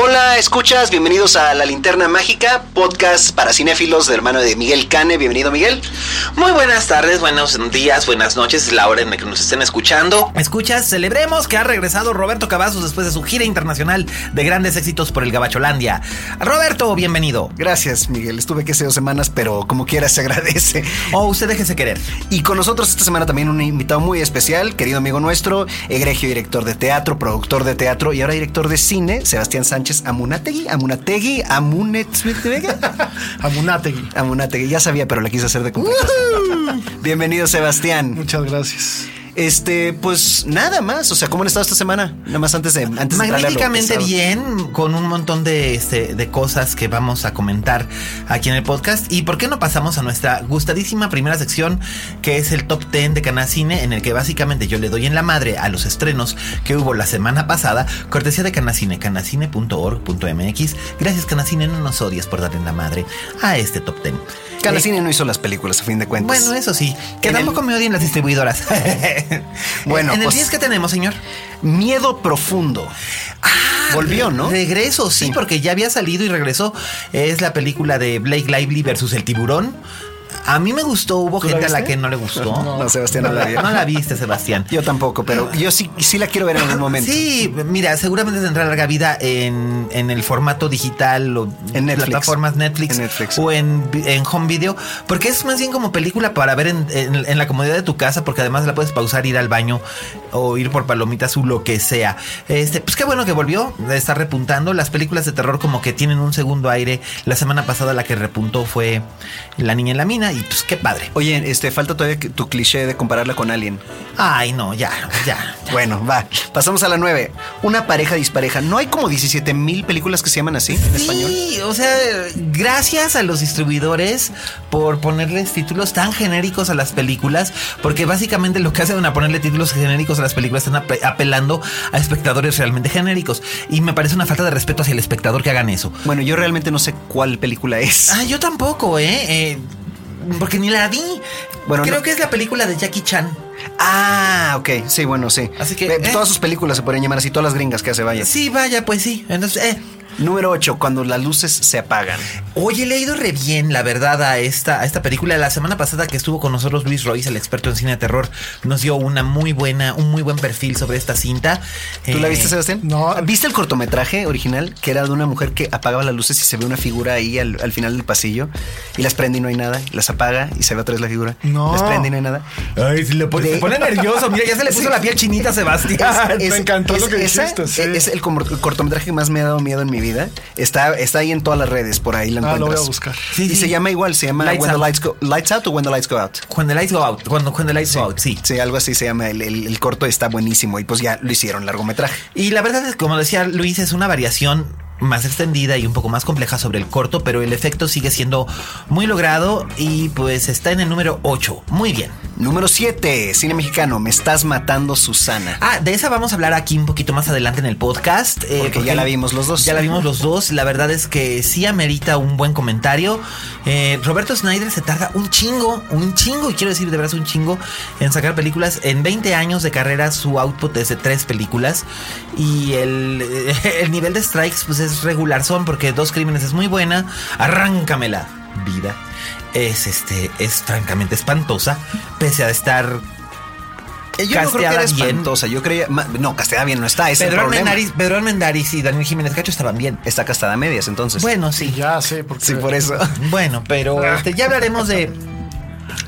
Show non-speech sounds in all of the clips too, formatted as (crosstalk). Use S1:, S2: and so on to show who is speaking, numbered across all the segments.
S1: Hola, escuchas, bienvenidos a La Linterna Mágica, podcast para cinéfilos del hermano de Miguel Cane. Bienvenido, Miguel.
S2: Muy buenas tardes, buenos días, buenas noches, la hora en la que nos estén escuchando.
S3: Escuchas, celebremos que ha regresado Roberto Cavazos después de su gira internacional de grandes éxitos por el Gabacholandia. Roberto, bienvenido.
S4: Gracias, Miguel. Estuve que hace dos semanas, pero como quiera se agradece.
S3: O Oh, usted déjese querer.
S4: Y con nosotros esta semana también un invitado muy especial, querido amigo nuestro, egregio director de teatro, productor de teatro y ahora director de cine, Sebastián Sánchez Amunategui. Amunategui, Amunetzwitvega.
S5: (laughs) Amunategui.
S4: Amunategui, ya sabía, pero la quise hacer de complicación. Bienvenido, Sebastián.
S5: Muchas gracias.
S4: Este, pues nada más. O sea, ¿cómo han estado esta semana? Nada más antes de. Antes de entrar a lo
S3: Magníficamente
S4: pesado.
S3: bien, con un montón de, este, de cosas que vamos a comentar aquí en el podcast. ¿Y por qué no pasamos a nuestra gustadísima primera sección, que es el top 10 de Canacine, en el que básicamente yo le doy en la madre a los estrenos que hubo la semana pasada, cortesía de Canacine, canacine.org.mx. Gracias, Canacine, no nos odies por darle en la madre a este top 10.
S4: Canacine no hizo las películas, a fin de cuentas.
S3: Bueno, eso sí, que
S4: En el-
S3: tampoco me odien las distribuidoras. (laughs)
S4: Bueno,
S3: en el
S4: pues-
S3: 10 que tenemos, señor.
S4: Miedo profundo. Volvió, ¿no?
S3: Ah, Regreso, sí, porque ya había salido y regresó. Es la película de Blake Lively versus el tiburón. A mí me gustó, hubo
S5: la
S3: gente a la
S5: viste?
S3: que no le gustó.
S4: (laughs) No, Sebastián, no la vi.
S3: No la viste, Sebastián.
S4: Yo tampoco, pero yo sí, sí la quiero ver en algún momento.
S3: Ah, Sí, mira, seguramente tendrá larga vida en, en el formato digital o
S4: En Netflix.
S3: plataformas Netflix,
S4: En Netflix.
S3: o en, vi- en home video, porque es más bien como película para ver en, en- en la comodidad de tu casa, porque además la puedes pausar, ir al baño o ir por palomitas o lo que sea. Este, pues qué bueno que volvió, está repuntando. Las películas de terror como que tienen un segundo aire. La semana pasada la que repuntó fue La Niña en la Mina y pues qué padre.
S4: Oye, este, falta todavía que- tu cliché de compararla con Alien.
S3: Ay, no, ya, ya.
S4: Bueno, va. Pasamos a la 9. Una pareja dispareja. ¿No hay como 17 mil películas que se llaman así en español?
S3: Sí, o sea, gracias a los distribuidores por ponerles títulos tan genéricos a las películas, porque básicamente lo que hacen a ponerle títulos genéricos a las películas están ape- apelando a espectadores realmente genéricos. Y me parece una falta de respeto hacia el espectador que hagan eso.
S4: Bueno, yo realmente no sé cuál película es.
S3: Ah, yo tampoco, ¿eh? Eh, porque ni la vi.
S4: Bueno,
S3: Creo
S4: no-
S3: que es la película de Jackie Chan.
S4: Ah, ok. Sí, bueno, sí.
S3: Así que,
S4: Eh,
S3: eh.
S4: Todas sus películas se podrían llamar así, todas las gringas que hace, vaya.
S3: Sí, vaya, pues sí. Entonces, eh,
S4: Número 8. Cuando las luces se apagan.
S3: Oye, le ha ido re bien, la verdad, a esta, a esta película. La semana pasada que estuvo con nosotros Luis Royce, el experto en cine de terror, nos dio una muy buena, un muy buen perfil sobre esta cinta.
S4: ¿Tú
S3: Eh,
S4: la viste, Sebastián?
S5: no.
S4: ¿Viste el cortometraje original que era de una mujer que apagaba las luces y se ve una figura ahí al, al final del pasillo y las prende y no hay nada? Las apaga y se ve otra vez la figura.
S5: No.
S4: Las prende y no hay nada.
S3: Ay, Pues se, le pone,
S4: se pone
S3: nervioso. Mira, ya se le puso la piel chinita, Sebastián.
S4: (laughs)
S5: Me encantó lo que dijiste, sí.
S4: Es el, comor- el cortometraje que más me ha dado miedo en mi vida. Está, está ahí en todas las redes, por ahí la
S5: Ah,
S4: encuentras.
S5: lo voy a buscar.
S3: Sí,
S4: y
S3: sí.
S4: se llama igual, se llama
S3: Lights
S4: When the
S3: Out.
S4: Lights Go Lights Out o When the Lights Go Out.
S3: Cuando the lights go out, cuando, cuando the lights go out, sí.
S4: Sí, algo así se llama. El, el- el corto está buenísimo y pues ya lo hicieron largometraje.
S3: Y la verdad es, como decía Luis, es una variación más extendida y un poco más compleja sobre el corto, pero el efecto sigue siendo muy logrado y pues está en el número 8. Muy bien.
S4: Número 7, cine mexicano, Me estás matando Susana.
S3: Ah, de esa vamos a hablar aquí un poquito más adelante en el podcast. eh,
S4: Porque ya la vimos los dos.
S3: Ya la vimos los dos. La verdad es que sí amerita un buen comentario. Eh, Roberto Snyder se tarda un chingo, un chingo, y quiero decir de verdad un chingo, en sacar películas. En 20 años de carrera su output es de tres películas. Y el, eh, (laughs) el nivel de strikes pues es regular son porque Dos Crímenes es muy buena. Arráncamela, vida. Es este, es francamente espantosa, pese a estar
S4: Eh, Yo no creo que
S3: Casteada
S4: era
S3: bien.
S4: espantosa. Yo creía. ma- No, casteada bien no está. ese Es
S3: Pedro
S4: el problema.
S3: Armendáriz, Pedro Armendáriz y Daniel Jiménez Cacho estaban bien.
S4: Está castada a medias, entonces.
S3: Bueno, sí.
S4: (laughs)
S5: Ya sé, porque
S4: Sí, por eso.
S3: Bueno, pero este, ya hablaremos de,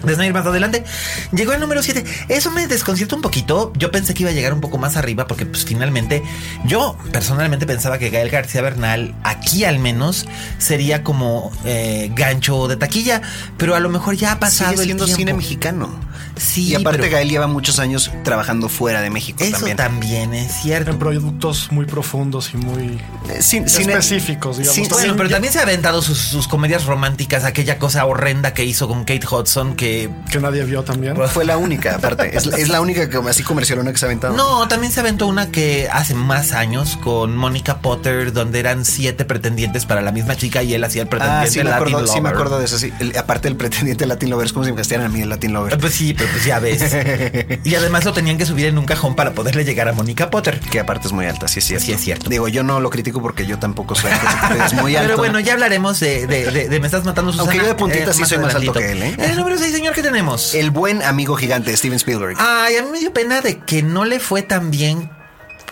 S3: de Snyder más adelante. Llegó el número 7. Eso me desconcierta un poquito. Yo pensé que iba a llegar un poco más arriba porque pues finalmente yo personalmente pensaba que Gael García Bernal aquí al menos sería como eh, gancho de taquilla, pero a lo mejor ya ha pasado
S4: Sigue
S3: el
S4: siendo cine
S3: tiempo.
S4: mexicano.
S3: Sí,
S4: y aparte
S3: pero-
S4: Gael lleva muchos años trabajando fuera de México
S3: Eso
S4: también.
S3: también. es cierto.
S5: En productos muy profundos y muy
S4: Eh, cin- cine-
S5: específicos, digamos.
S4: cin-
S5: También
S3: Bueno, pero
S5: ya-
S3: también se ha aventado sus, sus comedias románticas, aquella cosa horrenda que hizo con Kate Hudson que...
S5: que nadie vio también.
S4: Fue la única, aparte. Es, la- es la única que, así comercialona que se ha aventado.
S3: No, también se aventó una que hace más años con Mónica Potter, donde eran siete pretendientes para la misma chica y él hacía el
S4: Ah,
S3: pretendiente
S4: sí me,
S3: Latin
S4: acuerdo, sí me
S3: Lover.
S4: acuerdo de eso, sí. El- aparte el pretendiente Latin Lover, es como si me castigaran a mí el Latin
S3: Eh, (laughs)
S4: Lover.
S3: Pues sí, pero pues ya
S4: (laughs)
S3: ves. y además lo tenían que subir en un cajón para poderle llegar a Mónica Potter.
S4: Que aparte es muy alta, sí es cierto.
S3: Sí es cierto.
S4: Digo, yo no lo critico porque yo tampoco soy alto, (laughs) pero es muy alto.
S3: Pero bueno, ya hablaremos de, de- de- de Me estás matando Susana. Eh,
S4: Aunque yo de puntita sí soy más alto
S3: adelantito.
S4: que él, ¿eh?
S3: El número 6, señor, ¿qué tenemos?
S4: El buen amigo gigante, Steven Spielberg.
S3: Ay, a mí me dio pena de que no le fue tan bien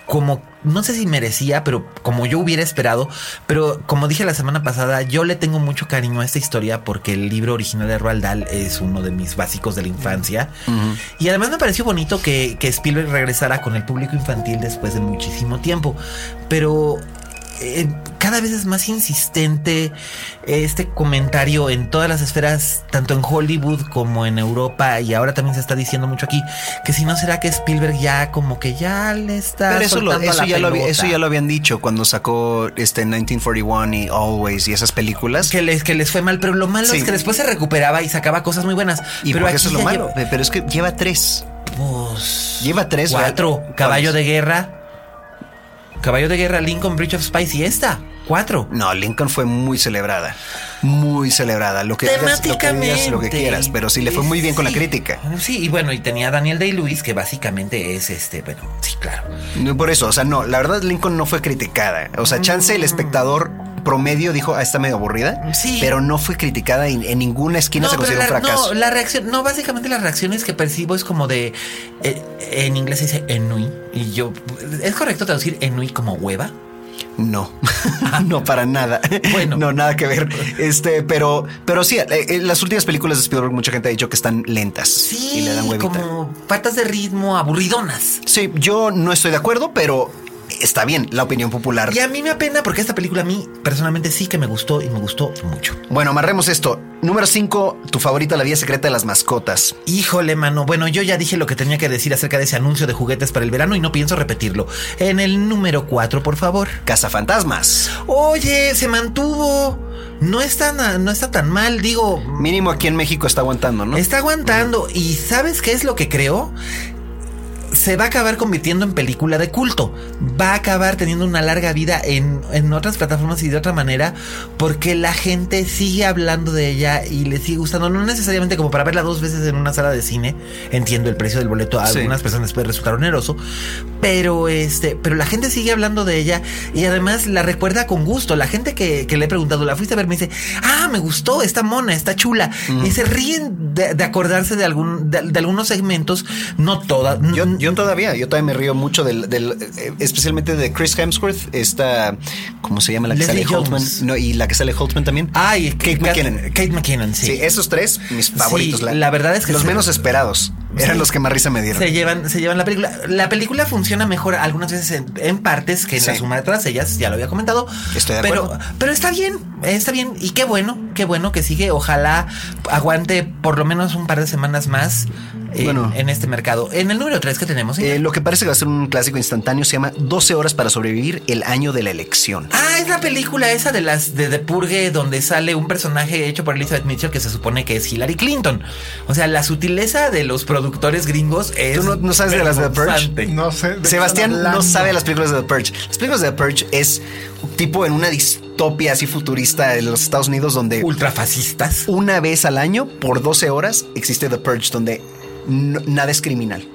S3: como, no sé si merecía, pero como yo hubiera esperado. Pero como dije la semana pasada, yo le tengo mucho cariño a esta historia porque el libro original de Roald Dahl es uno de mis básicos de la infancia. Y además me pareció bonito que, que Spielberg regresara con el público infantil después de muchísimo tiempo. Pero eh, cada vez es más insistente este comentario en todas las esferas, tanto en Hollywood como en Europa, y ahora también se está diciendo mucho aquí, que si no será que Spielberg ya como que ya le está...
S4: Pero eso, lo-
S3: soltando a
S4: eso
S3: la
S4: ya lo, había-
S3: pelota.
S4: eso ya lo habían dicho cuando sacó este 1941 y Always y esas películas.
S3: Que les, que les fue mal, pero lo malo
S4: Sí.
S3: es que después se recuperaba y sacaba cosas muy buenas.
S4: y
S3: pero
S4: porque eso es
S3: aquí
S4: lo
S3: ya
S4: malo. Pero es que lleva tres.
S3: lleva- pues,
S4: Lleva tres.
S3: cuatro.
S4: ¿verdad?
S3: Caballo
S4: ¿Cuáles?
S3: de guerra. Caballo de guerra, Lincoln, Bridge of Spice y esta. Cuatro.
S4: No, Lincoln fue muy celebrada. Muy celebrada. Lo que digas, lo que, digas, lo que quieras. Pero sí le fue muy bien con la
S3: Sí.
S4: crítica.
S3: Sí, y bueno, y tenía a Daniel Day-Lewis, que básicamente es este, bueno, sí, claro.
S4: No, Por eso, o sea, no, la verdad Lincoln no fue criticada. O sea, chance el espectador promedio dijo, ah, está medio aburrida.
S3: Mm. Sí.
S4: Pero no fue criticada y en ninguna esquina se
S3: pero
S4: consideró un
S3: la,
S4: fracaso.
S3: no, la reacción, no, básicamente las reacciones que percibo es como de, eh, en inglés se dice enui, y yo, ¿es correcto traducir enui como hueva?
S4: No, (laughs) no para nada.
S3: Bueno.
S4: no nada
S3: (laughs)
S4: que ver. Este, pero, pero sí, eh, eh, las últimas películas de Spielberg mucha gente ha dicho que están lentas
S3: Sí,
S4: y le dan huevita.
S3: como patas de ritmo aburridonas.
S4: Sí, yo no estoy de acuerdo, pero está bien la opinión popular.
S3: Y a mí me apena porque esta película a mí personalmente sí que me gustó y me gustó mucho.
S4: Bueno, amarremos esto. Número 5, tu favorita, la vida secreta de las mascotas.
S3: Híjole, mano. Bueno, yo ya dije lo que tenía que decir acerca de ese anuncio de juguetes para el verano y no pienso repetirlo. En el número 4, por favor.
S4: Cazafantasmas.
S3: Oye, se mantuvo. No está, na- no está tan mal, digo.
S4: Mínimo aquí en México está aguantando, ¿no?
S3: Está aguantando. ¿Y sabes qué es lo que creo? Se va a acabar convirtiendo en película de culto. Va a acabar teniendo una larga vida en, en otras plataformas y de otra manera. Porque la gente sigue hablando de ella y le sigue gustando. No necesariamente como para verla dos veces en una sala de cine. Entiendo el precio del boleto. A
S4: Sí.
S3: algunas personas puede resultar oneroso. Pero este. Pero la gente sigue hablando de ella. Y además la recuerda con gusto. La gente que, que le he preguntado, la fuiste a ver, me dice, ah, me gustó, está mona, está chula.
S4: Mm.
S3: Y se ríen de, de acordarse de algún, de, de algunos segmentos. No todas.
S4: Yo,
S3: n-
S4: yo todavía, yo todavía me río mucho del, del eh, especialmente de Chris Hemsworth, esta, ¿cómo se llama la que
S3: Leslie
S4: sale
S3: Jones.
S4: Holtman? No, y la que sale Holtman también.
S3: Ay,
S4: Kate
S3: Kat-
S4: McKinnon.
S3: Kate McKinnon, sí.
S4: Sí, esos tres, mis favoritos.
S3: Sí, la verdad es que
S4: los
S3: sí.
S4: menos esperados eran
S3: Sí.
S4: los que más risa me dieron.
S3: se llevan, se llevan la película. La película funciona mejor algunas veces en, en partes que en la
S4: Sí.
S3: suma de todas ellas, ya lo había comentado.
S4: Estoy de
S3: pero,
S4: acuerdo.
S3: pero está bien, está bien. Y qué bueno, qué bueno que sigue. Ojalá aguante por lo menos un par de semanas más eh,
S4: Bueno.
S3: en este mercado. En el número 3 que tenemos. señor?
S4: Eh, lo que parece que va a ser un clásico instantáneo se llama 12 horas para sobrevivir el año de la elección.
S3: Ah, es la película esa de las de The Purge donde sale un personaje hecho por Elizabeth Mitchell que se supone que es Hillary Clinton. O sea, la sutileza de los productores gringos es
S4: ¿Tú no- no sabes de las de The Purge?
S3: vergonzante.
S5: No sé. ¿de qué
S4: Sebastián
S5: están
S4: no
S5: hablando?
S4: sabe las películas de The Purge. Las películas de The Purge es tipo en una distopia así futurista de los Estados Unidos donde
S3: Ultrafascistas.
S4: una vez al año, por 12 horas, existe The Purge, donde no- nada es criminal.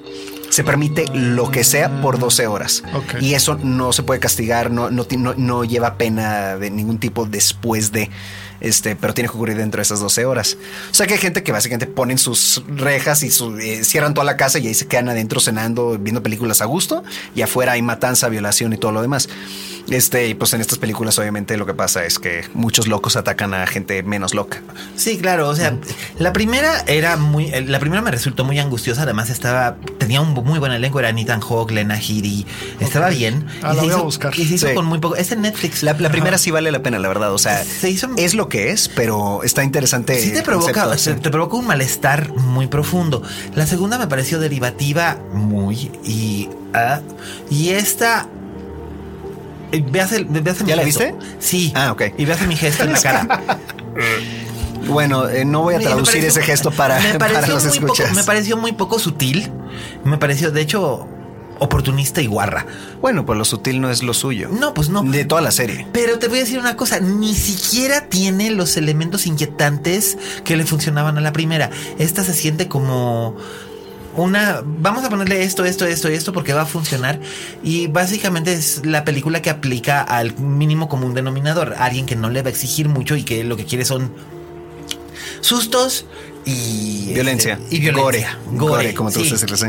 S4: Se permite lo que sea por 12 horas.
S5: Ok.
S4: Y eso no se puede castigar, no, no, ti- no- no lleva pena de ningún tipo después de. Este, pero tiene que ocurrir dentro de esas 12 horas. O sea que hay gente que básicamente ponen sus rejas y su- eh, cierran toda la casa y ahí se quedan adentro cenando, viendo películas a gusto y afuera hay matanza, violación y todo lo demás. Este, y pues en estas películas, obviamente, lo que pasa es que muchos locos atacan a gente menos loca.
S3: Sí, claro, o sea, la primera era muy, eh, la primera me resultó muy angustiosa, además estaba, tenía un muy buen elenco, era Nathan Hawke, Lena Headey, estaba bien.
S5: Ah,
S3: Y
S5: la
S3: se
S5: voy a
S3: hizo-
S5: buscar.
S3: Y se hizo
S4: Sí.
S3: con muy poco, es en Netflix.
S4: La, la primera sí vale la pena, la verdad. O sea,
S3: Se hizo-
S4: es lo que es, pero está interesante.
S3: Sí te
S4: el
S3: provoca,
S4: concepto,
S3: te,
S4: sí.
S3: te provoca un malestar muy profundo. La segunda me pareció derivativa muy y ah, y esta eh, veas el, veas mi
S4: ¿Ya la
S3: gesto.
S4: viste?
S3: Sí.
S4: Ah, ok.
S3: Y veas mi gesto en la
S4: (laughs)
S3: cara.
S4: Bueno, eh, no voy a
S3: Me
S4: traducir
S3: pareció-
S4: ese gesto para,
S3: me
S4: (laughs) para
S3: pareció
S4: los
S3: muy poco-
S4: escuchas.
S3: me pareció muy poco sutil. Me pareció, de hecho, oportunista y guarra.
S4: Bueno, pues lo sutil no es lo suyo.
S3: No, pues no.
S4: De toda la serie.
S3: Pero te voy a decir una cosa, ni siquiera tiene los elementos inquietantes que le funcionaban a la primera. Esta se siente como una... Vamos a ponerle esto, esto, esto y esto porque va a funcionar. Y básicamente es la película que aplica al mínimo común denominador. Alguien que no le va a exigir mucho y que lo que quiere son sustos y...
S4: Violencia.
S3: este, y violencia.
S4: Gore. Gore, como tú
S3: sí.
S4: gustas decirlo, sí.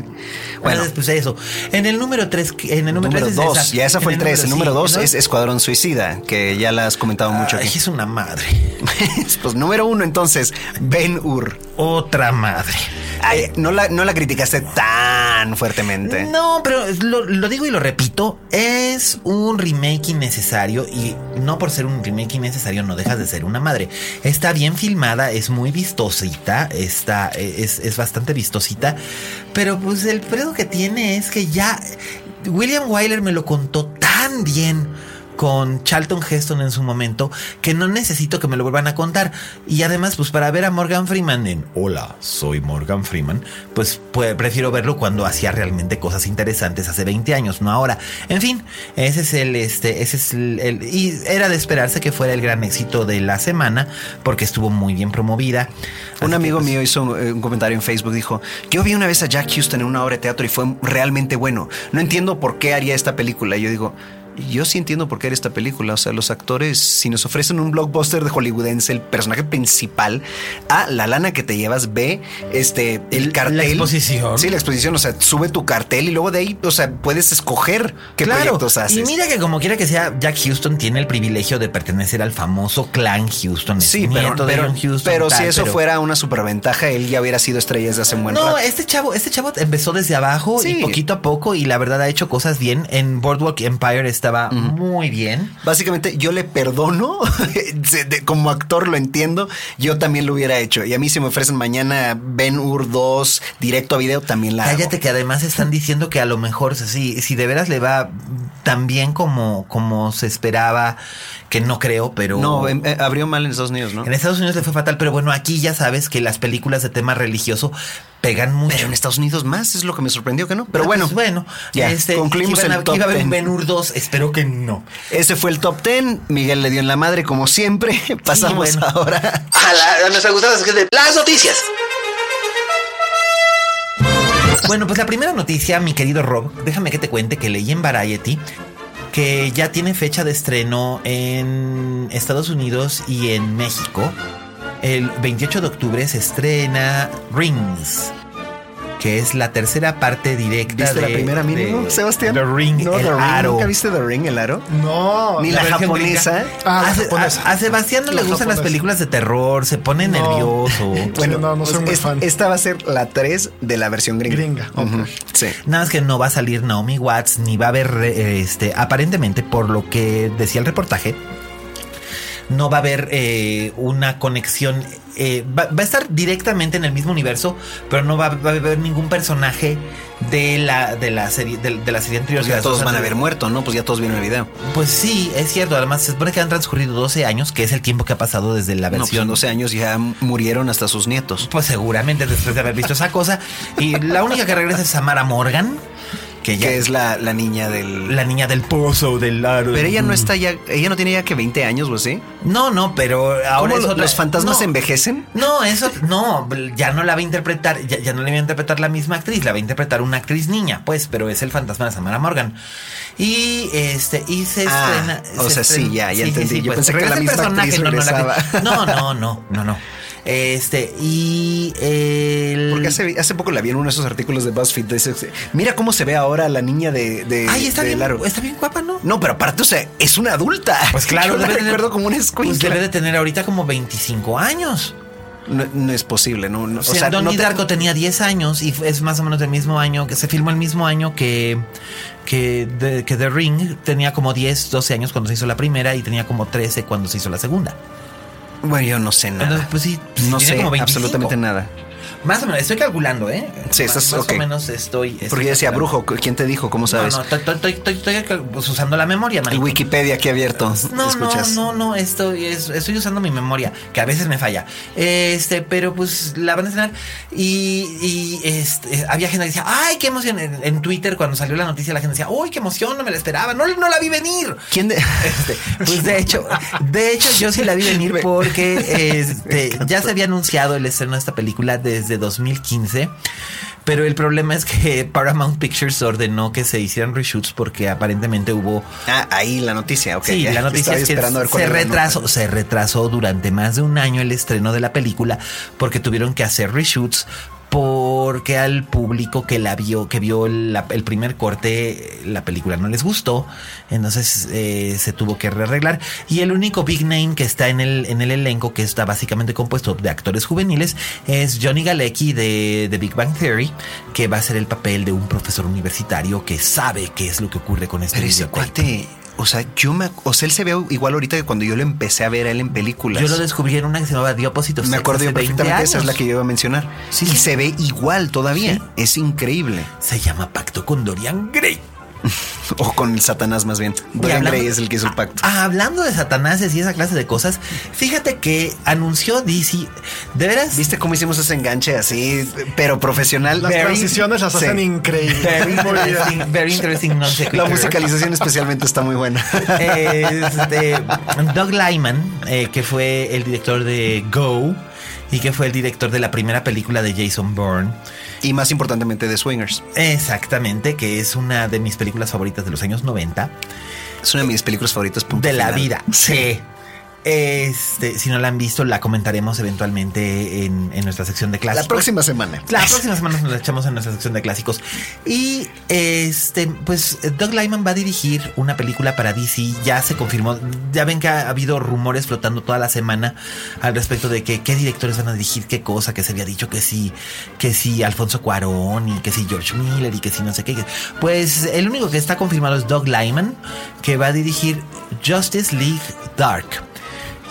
S3: Bueno,
S4: Bueno,
S3: pues eso. En el número 3... En el número,
S4: número
S3: tres es
S4: 2. Ya esa fue
S3: En
S4: el 3. El número
S3: sí,
S4: 2
S3: ¿no?
S4: es Escuadrón Suicida, que ya la has comentado mucho
S3: Ay,
S4: aquí.
S3: es una madre.
S4: (laughs) pues número 1, entonces, Ben Hur.
S3: Otra madre.
S4: Ay, no la, no la criticaste tan fuertemente.
S3: No, pero lo, lo digo y lo repito, es un remake innecesario y no por ser un remake innecesario no dejas de ser una madre. Está bien filmada, es muy vistosita, está, es, es bastante vistosita, pero pues el pedo que tiene es que ya William Wyler me lo contó tan bien con Charlton Heston en su momento que no necesito que me lo vuelvan a contar. Y además, pues para ver a Morgan Freeman en Hola, soy Morgan Freeman, pues, pues, prefiero verlo cuando hacía realmente cosas interesantes hace 20 años, no ahora. En fin, ese es el, este, ese es el, el- y era de esperarse que fuera el gran éxito de la semana porque estuvo muy bien promovida.
S4: Un
S3: Así que,
S4: amigo
S3: pues,
S4: mío hizo un, eh, un comentario en Facebook, dijo, yo vi una vez a Jack Houston en una obra de teatro y fue realmente bueno. No entiendo por qué haría esta película. Y yo digo, yo sí entiendo por qué haría esta película. O sea, los actores, si nos ofrecen un blockbuster de hollywoodense, el personaje principal, A, la lana que te llevas, B, este, el
S3: La
S4: cartel.
S3: exposición.
S4: Sí, la exposición. O sea, sube tu cartel y luego de ahí, o sea, puedes escoger qué proyectos haces.
S3: Y mira que como quiera que sea, Jack Houston tiene el privilegio de pertenecer al famoso clan Houston. es
S4: Sí, pero,
S3: nieto de
S4: pero,
S3: John Houston,
S4: pero si
S3: tal,
S4: eso
S3: pero-
S4: fuera una superventaja, él ya hubiera sido estrella desde hace un buen
S3: No,
S4: rato.
S3: este chavo, este chavo empezó desde abajo
S4: Sí.
S3: y poquito a poco y la verdad ha hecho cosas bien. En Boardwalk Empire estaba muy bien.
S4: Básicamente, yo le perdono. (laughs) se- de- Como actor lo entiendo. Yo también lo hubiera hecho. Y a mí, si me ofrecen mañana Ben Hur 2 directo a video, también la hago.
S3: Cállate que además están diciendo que a lo mejor o sea, si, si de veras le va tan bien como, como se esperaba, que no creo, pero...
S4: No, em, eh, abrió mal en Estados Unidos, ¿no?
S3: en Estados Unidos le fue fatal, pero bueno, aquí ya sabes que las películas de tema religioso pegan mucho.
S4: Pero en Estados Unidos más es lo que me sorprendió que no. Pero bueno,
S3: Pues bueno,
S4: ya
S3: este,
S4: concluimos
S3: que iban
S4: el
S3: a- que
S4: top
S3: iba a haber un
S4: 10.
S3: Ben Hur 2, espero que no.
S4: Ese fue el top 10. Miguel le dio en la madre, como siempre. (laughs) Pasamos
S3: bueno.
S4: ahora.
S1: A, la, a nuestra gustada sección de las noticias.
S3: Bueno, pues la primera noticia, mi querido Rob, déjame que te cuente que leí en Variety que ya tiene fecha de estreno en Estados Unidos y en México. El 28 de octubre se estrena Rings, que es la tercera parte directa
S4: ¿Viste
S3: de
S4: la primera
S3: de
S4: mínimo, Sebastián?
S3: The Ring,
S4: No,
S3: el
S4: The Ring.
S3: aro.
S4: ¿Nunca viste The Ring, el aro?
S5: No.
S4: Ni la
S5: versión
S4: japonesa.
S5: gringa. Ah, la
S3: a, Se- a-
S5: japonesa.
S3: a Sebastián no
S5: La
S3: le gustan las
S5: japonesa.
S3: películas de terror, se pone
S5: No.
S3: nervioso.
S5: (laughs) Bueno, no, no soy muy
S4: Pues es-
S5: fan.
S4: Esta va a ser la 3 de la versión gringa.
S5: Gringa, ok.
S4: Ujú, Sí.
S3: Nada más que no va a salir Naomi Watts ni va a haber, eh, este, aparentemente, por lo que decía el reportaje, no va a haber eh, una conexión. eh, va, va a estar directamente en el mismo universo, pero no va, va a haber ningún personaje de la, de la serie, de, de la serie anterior.
S4: Pues ya
S3: Las
S4: todos
S3: dos
S4: van a
S3: anteriores.
S4: haber muerto, ¿no? Pues ya todos vieron el video.
S3: Pues sí, es cierto. Además, se supone que han transcurrido 12 años, que es el tiempo que ha pasado desde la
S4: No, pues
S3: versión.
S4: en 12 años ya murieron hasta sus nietos.
S3: Pues seguramente después de haber visto esa cosa. Y la única que regresa es Samara Morgan, que ya
S4: Que es la, la niña del...
S3: la Mm. niña del pozo, del aro.
S4: Pero ella no está ya... Ella no tiene ya que 20 años o así.
S3: No, no, pero ahora
S4: ¿Cómo
S3: es
S4: lo-
S3: otra-
S4: los fantasmas
S3: no.
S4: envejecen?
S3: No, eso no, ya no la va a interpretar, ya, ya no le va a interpretar la misma actriz, la va a interpretar una actriz niña, pues, pero es el fantasma de Samara Morgan. Y este, y se
S4: Ah,
S3: estrena.
S4: o
S3: se
S4: sea, sí,
S3: estrena-
S4: ya, ya entendí. Yo pensé que
S3: pues, regresa
S4: la
S3: el
S4: misma actriz
S3: no, no, la actriz. no,
S4: regresaba.
S3: no, no, no, no. Este, y el.
S4: Porque hace, hace poco la vi en uno de esos artículos de BuzzFeed. dice, mira cómo se ve ahora la niña de, de,
S3: Ay, está
S4: de
S3: bien,
S4: Laro".
S3: está bien guapa, ¿no?
S4: No, pero aparte, o sea, es una adulta.
S3: Pues claro,
S4: (laughs) Yo la
S3: debe tener-
S4: recuerdo como una
S3: Pues
S4: escuincla.
S3: debe de tener ahorita como 25 años.
S4: no, no es posible, no, no,
S3: O sea,
S4: no
S3: Donnie
S4: te-
S3: Darko tenía 10 años y es más o menos del mismo año, que se filmó el mismo año que, que, The- que The Ring. Tenía como 10, 12 años cuando se hizo la primera y tenía como 13 cuando se hizo la segunda.
S4: Bueno, yo no sé
S3: Entonces,
S4: nada.
S3: pues sí, pues
S4: no
S3: tiene
S4: sé
S3: como 25.
S4: absolutamente nada.
S3: Más o menos, estoy calculando, ¿eh?
S4: Sí,
S3: Más-
S4: estás-
S3: más
S4: ok.
S3: o menos estoy... estoy
S4: Porque yo decía,
S3: calculando.
S4: brujo, ¿quién te dijo? ¿Cómo sabes?
S3: Este, No, no, estoy, estoy- estoy- estoy- estoy, pues, usando la memoria,
S4: El
S3: manito.
S4: Wikipedia aquí abierto.
S3: No,
S4: ¿Escuchas?
S3: no, no, no, estoy, es- estoy usando mi memoria, que a veces me falla. Este, pero pues la van a estrenar. Y, y, este, había gente que decía, ¡ay, qué emoción! En, en Twitter, cuando salió la noticia, la gente decía, ¡ay, qué emoción! No me la esperaba, no, no la vi venir.
S4: ¿Quién de- (laughs)
S3: Este, pues de hecho, de hecho, yo sí la vi venir porque este, ya se había anunciado el estreno de esta película desde 2015. Pero el problema es que (laughs) Paramount Pictures ordenó que se hicieran reshoots porque aparentemente hubo
S4: Ah, ahí la noticia, ok.
S3: Sí,
S4: ya.
S3: la noticia
S4: Estaba
S3: es que
S4: esperando a ver cuál
S3: se
S4: era la
S3: retrasó, se retrasó durante más de un año el estreno de la película porque tuvieron que hacer reshoots porque al público que la vio, que vio la- el primer corte, la película no les gustó, entonces eh, se tuvo que rearreglar. Y el único big name que está en el, en el elenco, que está básicamente compuesto de actores juveniles, es Johnny Galecki de, de Big Bang Theory, que va a ser el papel de un profesor universitario que sabe qué es lo que ocurre con este
S4: Pero ese
S3: videotape.
S4: cuate, o sea, yo me, ac- o sea, él se ve igual ahorita que cuando yo lo empecé a ver a él en películas.
S3: Yo lo descubrí en una que se llamaba The Opposite of
S4: me
S3: Sex
S4: acuerdo
S3: hace
S4: yo
S3: 20
S4: perfectamente, esa es
S3: años.
S4: la que yo iba a mencionar.
S3: Sí,
S4: y
S3: sí.
S4: se ve igual todavía.
S3: Sí.
S4: Es increíble.
S3: Se llama Pacto con Dorian Gray.
S4: O con el Satanás más bien. Dorian
S3: hablando-
S4: Gray es el que hizo el pacto.
S3: Ah, hablando de satanases y esa clase de cosas, fíjate que anunció DC. De veras,
S4: ¿Viste cómo hicimos ese enganche así, pero profesional?
S5: Las
S4: Very-
S5: transiciones las hacen
S4: Sí.
S5: increíbles.
S3: very (laughs)
S5: (laughs) Muy bien.
S3: interesting, very interesting non sequitur.
S4: La musicalización especialmente está muy buena. (laughs)
S3: Este, Doug Lyman, eh, que fue el director de Go y que fue el director de la primera película de Jason Bourne.
S4: y más importantemente de Swingers.
S3: Exactamente, que es una de mis películas favoritas de los años 90.
S4: Es una de mis películas favoritas. punto
S3: de la
S4: final.
S3: vida. Sí. Este, si no la han visto, la comentaremos eventualmente en, en nuestra sección de
S4: La
S3: clásicos.
S4: próxima semana.
S3: La próxima semana nos la echamos en nuestra sección de clásicos. Y este, pues Doug Lyman va a dirigir una película para DC. Ya se confirmó. Ya ven que ha habido rumores flotando toda la semana al respecto de que qué directores van a dirigir qué cosa, que se había dicho que sí, que sí Alfonso Cuarón y que sí George Miller y que sí no sé qué. Pues el único que está confirmado es Doug Lyman, que va a dirigir Justice League Dark.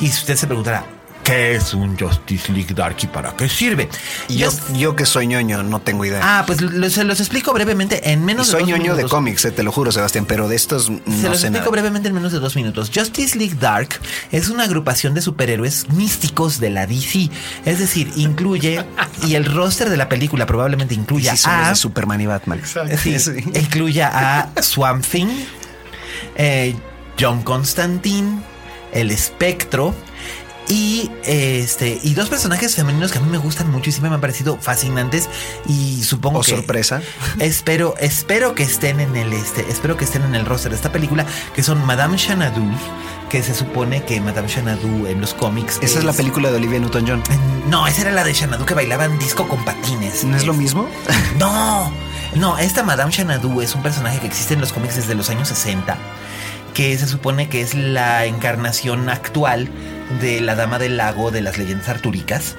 S3: Y usted se preguntará. ¿Qué es un Justice League Dark y para qué sirve?
S4: Y yo,
S3: Just-
S4: yo que soy ñoño, no tengo (laughs) idea.
S3: Ah, pues lo- se los explico brevemente en
S4: Y
S3: menos
S4: soy
S3: de dos
S4: ñoño de
S3: minutos.
S4: cómics, eh, te lo juro, Sebastián, pero de estos
S3: Se
S4: no
S3: los
S4: sé
S3: explico
S4: nada.
S3: brevemente en menos de dos minutos. Justice League Dark es una agrupación de superhéroes místicos de la DC. Es decir, incluye, y el roster de la película probablemente
S4: Y
S3: incluya
S4: sí, son los
S3: a,
S4: de Superman y Batman.
S5: Exacto.
S3: (laughs) sí,
S4: (laughs) Sí.
S3: incluya a Swamp Thing, eh, John Constantine, el Espectro. Y este, y dos personajes femeninos que a mí me gustan mucho y siempre me han parecido fascinantes. Y supongo
S4: O
S3: que.
S4: sorpresa.
S3: Espero, espero que estén en el este, espero que estén en el roster de esta película, que son Madame Xanadu, que se supone que Madame Xanadu en los cómics.
S4: Esa es la película de Olivia Newton-John.
S3: No, esa era la de Xanadu que bailaban disco con patines.
S4: ¿No es lo mismo? (laughs)
S3: No, no, esta Madame Xanadu es un personaje que existe en los cómics desde los años 60, que se supone que es la encarnación actual de la Dama del Lago de las leyendas artúricas.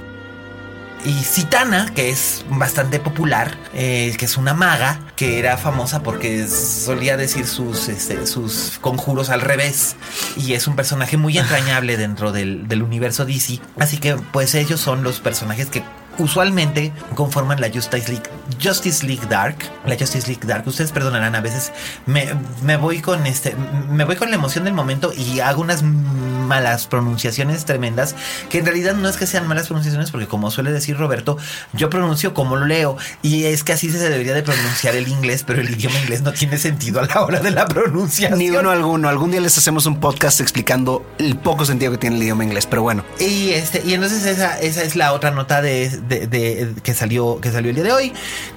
S3: Y Citana, que es bastante popular, eh, que es una maga, que era famosa porque solía decir sus, este, sus conjuros al revés. Y es un personaje
S4: (laughs)
S3: muy entrañable dentro del, del universo DC. Así que pues ellos son los personajes que usualmente conforman la Justice League, Justice League Dark. La Justice League Dark. Ustedes perdonarán, a veces me, me voy con este. Me voy con la emoción del momento y hago unas malas pronunciaciones tremendas. Que en realidad no es que sean malas pronunciaciones, porque como suele decir Roberto, yo pronuncio como lo leo. Y es que así se debería de pronunciar el inglés, pero el idioma inglés no tiene sentido a la hora de la pronunciación.
S4: Ni uno alguno. Algún día les hacemos un podcast explicando el poco sentido que tiene el idioma inglés, pero bueno.
S3: Y este, y entonces esa, esa es la otra nota de, de- de- que salió, que salió el día de hoy.